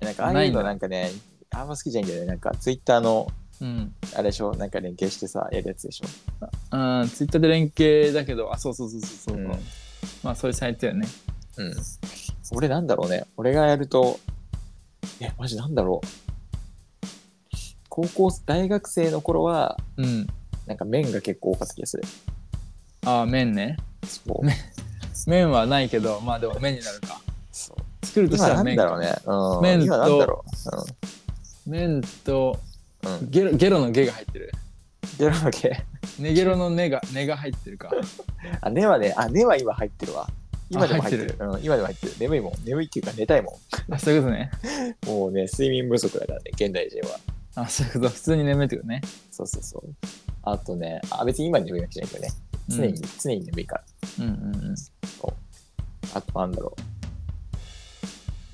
Speaker 2: なんかああ
Speaker 1: ないい
Speaker 2: うん
Speaker 1: だ
Speaker 2: のなんかね、あんま好きじゃないんだよね。なんかツイッターの、
Speaker 1: うん。
Speaker 2: あれでしょ、なんか連携してさ、やるやつでしょ。
Speaker 1: うん、ツイッターで連携だけど、あ、そうそうそうそうそう。
Speaker 2: うん
Speaker 1: まあ、そういうサイトよね。
Speaker 2: うん。俺なんだろうね。俺がやると、え、マジなんだろう。高校、大学生の頃は、
Speaker 1: うん。
Speaker 2: なんか面が結構多かった気がする。
Speaker 1: あ、麺ね。
Speaker 2: そう。
Speaker 1: 麺麺はないけど、まあでも麺になるか。
Speaker 2: そう
Speaker 1: 作るとしたら
Speaker 2: 今なん
Speaker 1: 麺
Speaker 2: だ
Speaker 1: か。
Speaker 2: ろうね。うん。
Speaker 1: 麺と
Speaker 2: 今なんだろう。
Speaker 1: 麺と
Speaker 2: うん。うん。 (laughs)
Speaker 1: ゲロ、ゲロのゲが入ってる。
Speaker 2: ゲロだけ。
Speaker 1: ネゲロの根が根が入ってるか
Speaker 2: あ、根はね、あ、根は今入ってるわ。今でも入ってる。
Speaker 1: 入
Speaker 2: うん、今でも入ってる。眠いもん。眠いっていうか寝たいも
Speaker 1: あそういうことね
Speaker 2: ん。もうね、睡眠不足だからね、現代人は。
Speaker 1: あそういうこと普通に眠いってことね
Speaker 2: そうそうそう。あとね、あ、別に今眠いわけじゃないけどね。常に、常に眠いから。
Speaker 1: うんうんうんうん
Speaker 2: あとなんだろ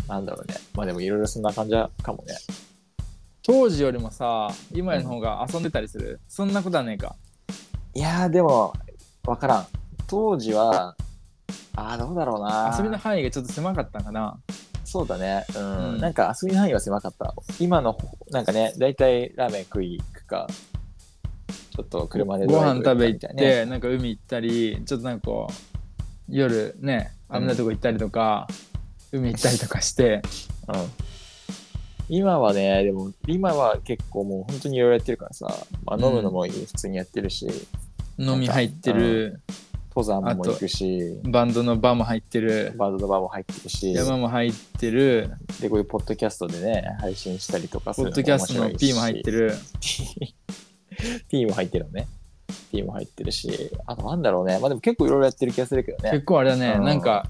Speaker 2: う。なんだろうね。まあでもいろいろそんな感じかもね。
Speaker 1: 当時よりもさ今の方が遊んでたりする、そんなことはねえか
Speaker 2: いやーでも、わからん。当時は、あーどうだろうな。
Speaker 1: 遊びの範囲がちょっと狭かったんかな
Speaker 2: そうだね。うん。
Speaker 1: うん
Speaker 2: なんか遊びの範囲は狭かった。今の、なんかね、だいたいラーメン食い行くか、ちょっと車で
Speaker 1: ご飯
Speaker 2: ド
Speaker 1: 食
Speaker 2: ラ
Speaker 1: べ行
Speaker 2: イブ
Speaker 1: っ
Speaker 2: みたいなね。
Speaker 1: てなんか海行ったりちょっとなんかこう夜ね危ないとこ行ったりとか、海行ったりとかして
Speaker 2: うん。今はね、でも、今は結構もう本当にいろいろやってるからさ、まあ、飲むのもいい普通にやってるし、
Speaker 1: 飲み入ってる、
Speaker 2: 登山も行くし、
Speaker 1: バンドの場も入ってる
Speaker 2: バードのバーも入ってるし、
Speaker 1: 山も入ってる
Speaker 2: で、こういうポッドキャストでね、配信したりとかす
Speaker 1: ポ
Speaker 2: る
Speaker 1: ッドキャストの P も入
Speaker 2: (laughs)
Speaker 1: って
Speaker 2: る。
Speaker 1: る
Speaker 2: P も入ってるのね。P も入ってるし、あとなんだろうね。まあでも結構いろいろやってる気がするけどね
Speaker 1: 結。構あれだね、
Speaker 2: うん
Speaker 1: なんか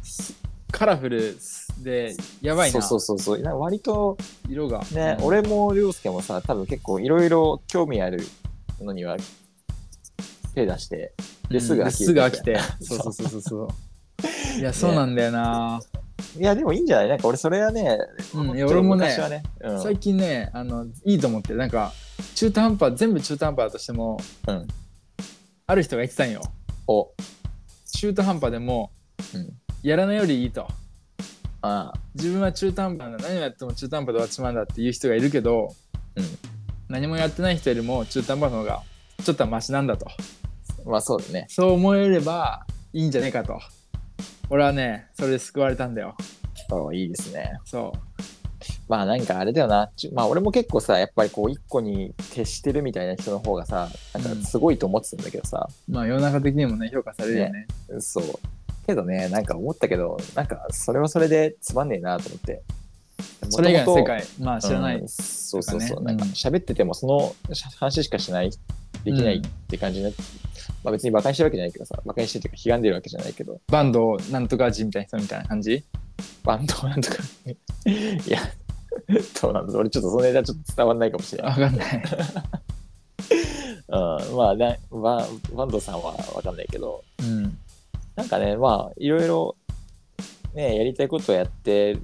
Speaker 1: カラフルでやばいな
Speaker 2: そうそうそうそう。なんか割と
Speaker 1: 色が
Speaker 2: ね、
Speaker 1: うん
Speaker 2: 俺も涼介もさ、多分結構いろいろ興味あるのには手出して、
Speaker 1: う
Speaker 2: で
Speaker 1: ん
Speaker 2: すぐ飽きる
Speaker 1: すぐ飽きて
Speaker 2: (laughs)
Speaker 1: そ
Speaker 2: そ
Speaker 1: ううそうそうそうそういやそうなんだよな、
Speaker 2: いやでもいいんじゃないなんか俺それはね、
Speaker 1: うんいや俺もね
Speaker 2: 昔はね、うん、
Speaker 1: 最近ねあのいいと思ってるなんか中途半端全部中途半端だとしても、
Speaker 2: うん
Speaker 1: ある人が言ってたんよ
Speaker 2: お、
Speaker 1: 中途半端でも
Speaker 2: うん、
Speaker 1: やらないよりいいと
Speaker 2: ああ、
Speaker 1: 自分は中途半端なんだ何をやっても中途半端で終わっちまうんだっていう人がいるけど、
Speaker 2: うん
Speaker 1: 何もやってない人よりも中途半端の方がちょっとはマシなんだと
Speaker 2: まあそうだね。
Speaker 1: そう思えればいいんじゃねえかと俺はねそれで救われたんだよ
Speaker 2: そういいですね。
Speaker 1: そ
Speaker 2: まあなんかあれだよな。ちゅまあ俺も結構さ、やっぱりこう一個に徹してるみたいな人の方がさ、なんかすごいと思ってたんだけどさ、
Speaker 1: うまあ世の中的にもね評価されるよね
Speaker 2: そう。けどね、なんか思ったけど、なんかそれはそれでつまんねえなと思って。
Speaker 1: それ以外の世
Speaker 2: 元々
Speaker 1: 界まあ知らない、
Speaker 2: うんそうそう
Speaker 1: と
Speaker 2: そ
Speaker 1: か
Speaker 2: う。
Speaker 1: ね
Speaker 2: なんか
Speaker 1: うん
Speaker 2: 喋っててもそのし話しかしない、できないって感じになって、まあ別に馬鹿にしてるわけじゃないけどさ、馬鹿にしてるっていうか、悲んでるわけじゃないけど、 (laughs)
Speaker 1: バンドをなんとか人みたいな人みたいな感じ
Speaker 2: バンドなんとか、いや、 (laughs) どうなんだろう俺ちょっとその間ちょっと伝わんないかもしれない。
Speaker 1: わかんない
Speaker 2: うん、まあなババンドさんはわかんないけど
Speaker 1: うん
Speaker 2: なんかねまあいろいろねやりたいことをやって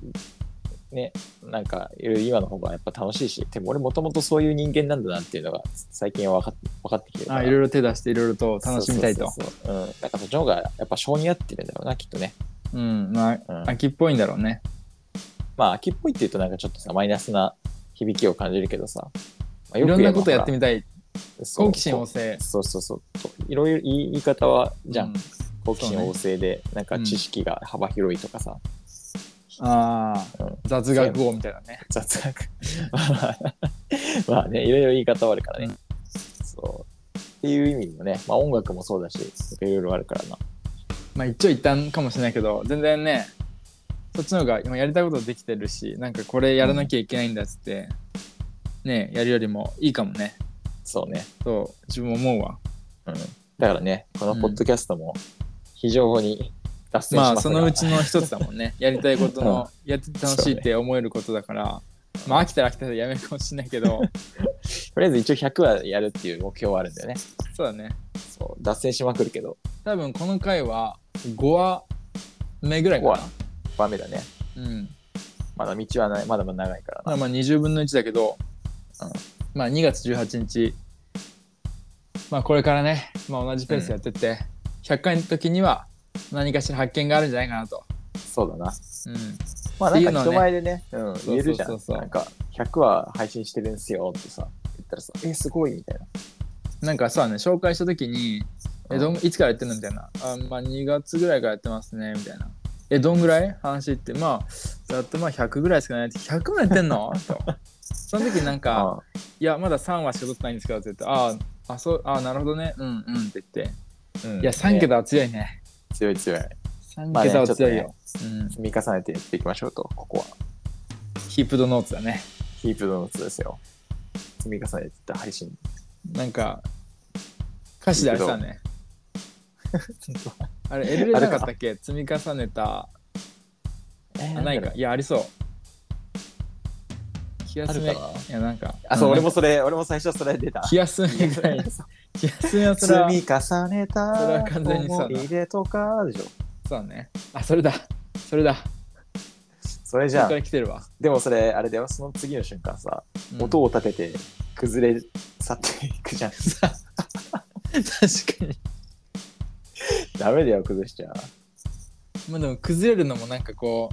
Speaker 2: ねなんかいろいろ今の方がやっぱ楽しいしでも俺もともとそういう人間なんだなっていうのが最近は分かっ分かってきてるから
Speaker 1: あいろいろ手出していろいろと楽しみたいと
Speaker 2: そうそうそうそううんだからそっちの方がやっぱ性に合ってるんだろうなきっとね、
Speaker 1: うんまあ
Speaker 2: うん、
Speaker 1: 秋っぽいんだろうね
Speaker 2: まあ秋っぽいっていうとなんかちょっとさマイナスな響きを感じるけどさ、まあ
Speaker 1: いろんなことやってみたい
Speaker 2: み
Speaker 1: 好奇心旺盛
Speaker 2: そうそうそうといろいろ言い言い方はじゃん
Speaker 1: う、
Speaker 2: 好奇心旺盛で、なんか知識が幅広いとかさ、
Speaker 1: ああ、
Speaker 2: うん
Speaker 1: 雑学王みたいなね
Speaker 2: 雑学 (laughs) まあねいろいろ言い方はあるからね、
Speaker 1: う
Speaker 2: そうっていう意味でもね、まあ、音楽もそうだしいろいろあるからな
Speaker 1: まあ一長一短かもしれないけど全然ねそっちの方が今やりたいことできてるしなんかこれやらなきゃいけないんだっつって、ねやるよりもいいかもね
Speaker 2: そうね、
Speaker 1: そう自分も思うわ
Speaker 2: うん、だからねこのポッドキャストも非常に脱線し
Speaker 1: まあ
Speaker 2: ます
Speaker 1: そ
Speaker 2: が、
Speaker 1: のうちの一つだもんね (laughs) やりたいことの、やってて楽しいって思えることだから、まあ飽きたら飽きたらやめるかもしれないけ (laughs) ど
Speaker 2: とりあえず一応100はやるっていう目標はあるんだよね
Speaker 1: そうだね
Speaker 2: そう脱線しまくるけど
Speaker 1: 多分この回は5話目ぐらいか
Speaker 2: 五話ダメだね
Speaker 1: なうん
Speaker 2: まだ道はないまだまだ長いから
Speaker 1: ま
Speaker 2: な
Speaker 1: あまあ20分の1だけど、
Speaker 2: うん
Speaker 1: まあ2月18日まあこれからね、まあ、同じペースやってって、100回の時には何かしら発見があるんじゃないかなと、
Speaker 2: そうだな
Speaker 1: うん、
Speaker 2: まあ
Speaker 1: って
Speaker 2: ない
Speaker 1: うんの
Speaker 2: か
Speaker 1: はね
Speaker 2: 人前でね、うん、言えるじゃん。
Speaker 1: そうそうそうそう
Speaker 2: なんか、100話配信してるんですよってさ、言ったらさ、え、すごいみたいな。
Speaker 1: なんかさね紹介した時に「えどん
Speaker 2: う
Speaker 1: いつからやってんの?」みたいな「あまあ2月ぐらいからやってますね」みたいな「えどんぐらい?」話ってまあざっとまあ100ぐらいしかないって100もやってんのとその時なんか
Speaker 2: あ
Speaker 1: 「いやまだ3話しか撮ってないんですけど」って言って「あああそうあなるほどねうんうん」って言って「いや3
Speaker 2: だ
Speaker 1: 桁は強いね」
Speaker 2: 強い強い。
Speaker 1: 三
Speaker 2: まあね
Speaker 1: 桁は強いよ、
Speaker 2: ちょ
Speaker 1: うん、
Speaker 2: 積み重ねてやっていきましょうと、ここは。
Speaker 1: ヒープドノーツだね
Speaker 2: キープドーナツですよ。積み重ねていった配信。
Speaker 1: なんか歌詞であれさね。あれ、エルレなかったっけ積み重ねた。
Speaker 2: え
Speaker 1: (laughs)
Speaker 2: ー
Speaker 1: あ、ないか。。いや、ありそう。気休め。
Speaker 2: あ
Speaker 1: い
Speaker 2: るかな
Speaker 1: や、なんか。
Speaker 2: (laughs) あ、そう、
Speaker 1: ん
Speaker 2: 俺もそれ、俺も最初それ出た。
Speaker 1: 気休
Speaker 2: (laughs)
Speaker 1: めぐらい。気休めはそれは
Speaker 2: 積み重ね
Speaker 1: それは
Speaker 2: た
Speaker 1: 完全にそうだ
Speaker 2: 思い出とかでしょ。
Speaker 1: そうだね。あ、それだ。それだ。
Speaker 2: それじ
Speaker 1: そこ
Speaker 2: ゃ
Speaker 1: か
Speaker 2: ん
Speaker 1: ら来てるわ。
Speaker 2: でもそれ、あれだよ、その次の瞬間さ、
Speaker 1: うん
Speaker 2: 音を立てて崩れ去っていくじゃん。 (laughs)
Speaker 1: さ (laughs) 確かに。
Speaker 2: ダメだよ、崩しちゃ。
Speaker 1: まあでも崩れるのもなんかこ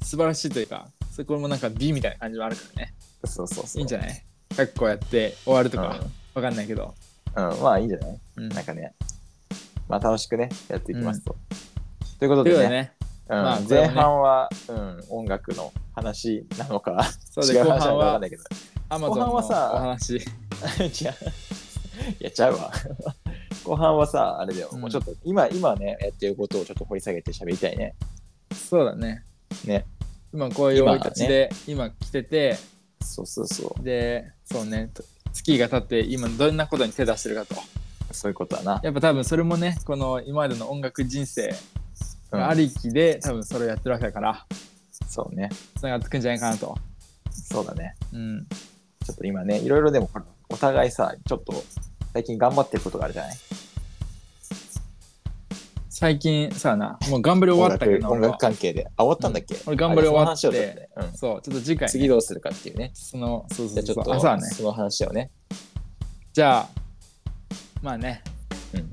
Speaker 1: う、素晴らしいというか、そこもなんか美みたいな感じはあるからね。
Speaker 2: そうそうそう。
Speaker 1: いいんじゃ
Speaker 2: ない
Speaker 1: ないかっこやって終わるとか、わかんないけど。
Speaker 2: うん、うんまあいいんじゃない
Speaker 1: うん
Speaker 2: なんかね、まあ楽しくね、やっていきますと。ということ
Speaker 1: というこ
Speaker 2: で
Speaker 1: とで
Speaker 2: ね、
Speaker 1: ね、
Speaker 2: うん
Speaker 1: まあこれは
Speaker 2: 前
Speaker 1: ね
Speaker 2: 半は、うん、音楽の話なのか、
Speaker 1: そう
Speaker 2: 違
Speaker 1: で
Speaker 2: う
Speaker 1: 後
Speaker 2: 話なの
Speaker 1: 半
Speaker 2: かわか
Speaker 1: は
Speaker 2: んないけど。
Speaker 1: アマゾン
Speaker 2: 後
Speaker 1: の
Speaker 2: 半
Speaker 1: お
Speaker 2: はさ
Speaker 1: 話。
Speaker 2: (laughs) いや、いやちゃうわ。後半はさ、あれだよ、
Speaker 1: うん
Speaker 2: もうちょっと、今、今ね、やってることをちょっと掘り下げて喋りたいね。
Speaker 1: そうだね。
Speaker 2: ね。
Speaker 1: 今こういう生い立ちで今,、来てて、
Speaker 2: そうそうそ
Speaker 1: で、そうね、と月が経って今どんなことに手出してるかと。
Speaker 2: う。そういうことだな。
Speaker 1: やっぱ多分それもね、この今までの音楽人生
Speaker 2: うん
Speaker 1: がありきで、多分それをやってるわけだから、
Speaker 2: そうね。
Speaker 1: つながってくんじゃないかなと。
Speaker 2: そうだね。
Speaker 1: うん。
Speaker 2: ちょっと今ね、いろいろでも、ほらお互いさ、ちょっと、最近頑張ってることがあるじゃない
Speaker 1: 最近さあな、もう頑張り終わったけど、
Speaker 2: 音楽関係で。あ、終わったんだっけ、
Speaker 1: 俺頑張り終わって
Speaker 2: あじゃあその話をちょっとねう
Speaker 1: そう、
Speaker 2: ん
Speaker 1: ちょっと次回、
Speaker 2: 次どうするかっていうね。
Speaker 1: その、そう
Speaker 2: じ
Speaker 1: そ
Speaker 2: ゃあ
Speaker 1: う
Speaker 2: ち
Speaker 1: そ
Speaker 2: ょ
Speaker 1: う
Speaker 2: っと、
Speaker 1: あそうだね。
Speaker 2: その話をね。
Speaker 1: じゃあ、まあね、
Speaker 2: うん
Speaker 1: こ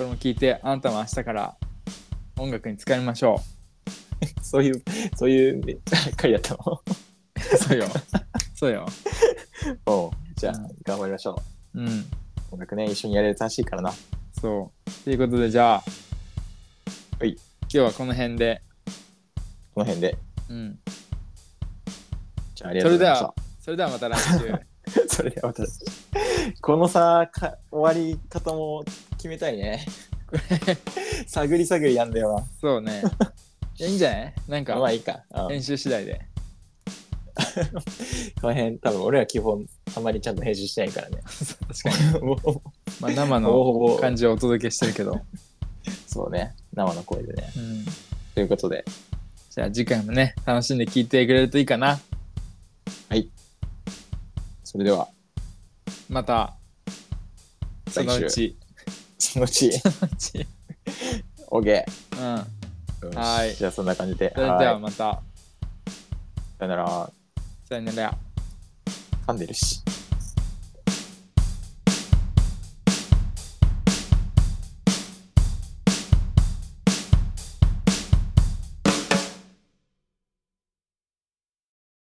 Speaker 1: れも聞いて、あなたも明日から音楽に使いましょ
Speaker 2: そういう、そういう、回だったの
Speaker 1: う。 (laughs) そうよ。そうよ。
Speaker 2: おうじゃあ
Speaker 1: うん、
Speaker 2: 頑張りましょ
Speaker 1: うん。
Speaker 2: う。音楽ね、一緒にやれるらしいからな。
Speaker 1: そう。ということで、じゃあ、
Speaker 2: はい
Speaker 1: 今日はこの辺で、
Speaker 2: この辺で。
Speaker 1: うん。
Speaker 2: じゃあ、ありがとうございました。
Speaker 1: それではまた来 (laughs) 週。
Speaker 2: それでは (laughs) 私このさか終わり方も決めたいね (laughs)
Speaker 1: これ
Speaker 2: 探り探りやんだよ
Speaker 1: そうね。いやいいんじゃないなん
Speaker 2: な
Speaker 1: か
Speaker 2: ま、あいいか、うん
Speaker 1: 編集次第で。
Speaker 2: この辺多分俺ら基本あんまりちゃんと編集してない (laughs) からね
Speaker 1: 確かに。
Speaker 2: もう
Speaker 1: (laughs) まあ、生
Speaker 2: ほぼ
Speaker 1: の
Speaker 2: ほぼ
Speaker 1: 感じをお届けしてるけど。
Speaker 2: そうね生の声でね
Speaker 1: うん。
Speaker 2: ということで
Speaker 1: じゃあ、次回もね、楽しんで聞いてくれるといいかな。
Speaker 2: それでは
Speaker 1: また、そのう
Speaker 2: 来週
Speaker 1: (laughs) ち。
Speaker 2: そのうち
Speaker 1: う
Speaker 2: (laughs)
Speaker 1: ん。
Speaker 2: OK
Speaker 1: は
Speaker 2: よし
Speaker 1: はい
Speaker 2: じゃあそんな感じで
Speaker 1: それでは
Speaker 2: はい
Speaker 1: また、
Speaker 2: さよなら
Speaker 1: さよなら。
Speaker 2: 噛んでるし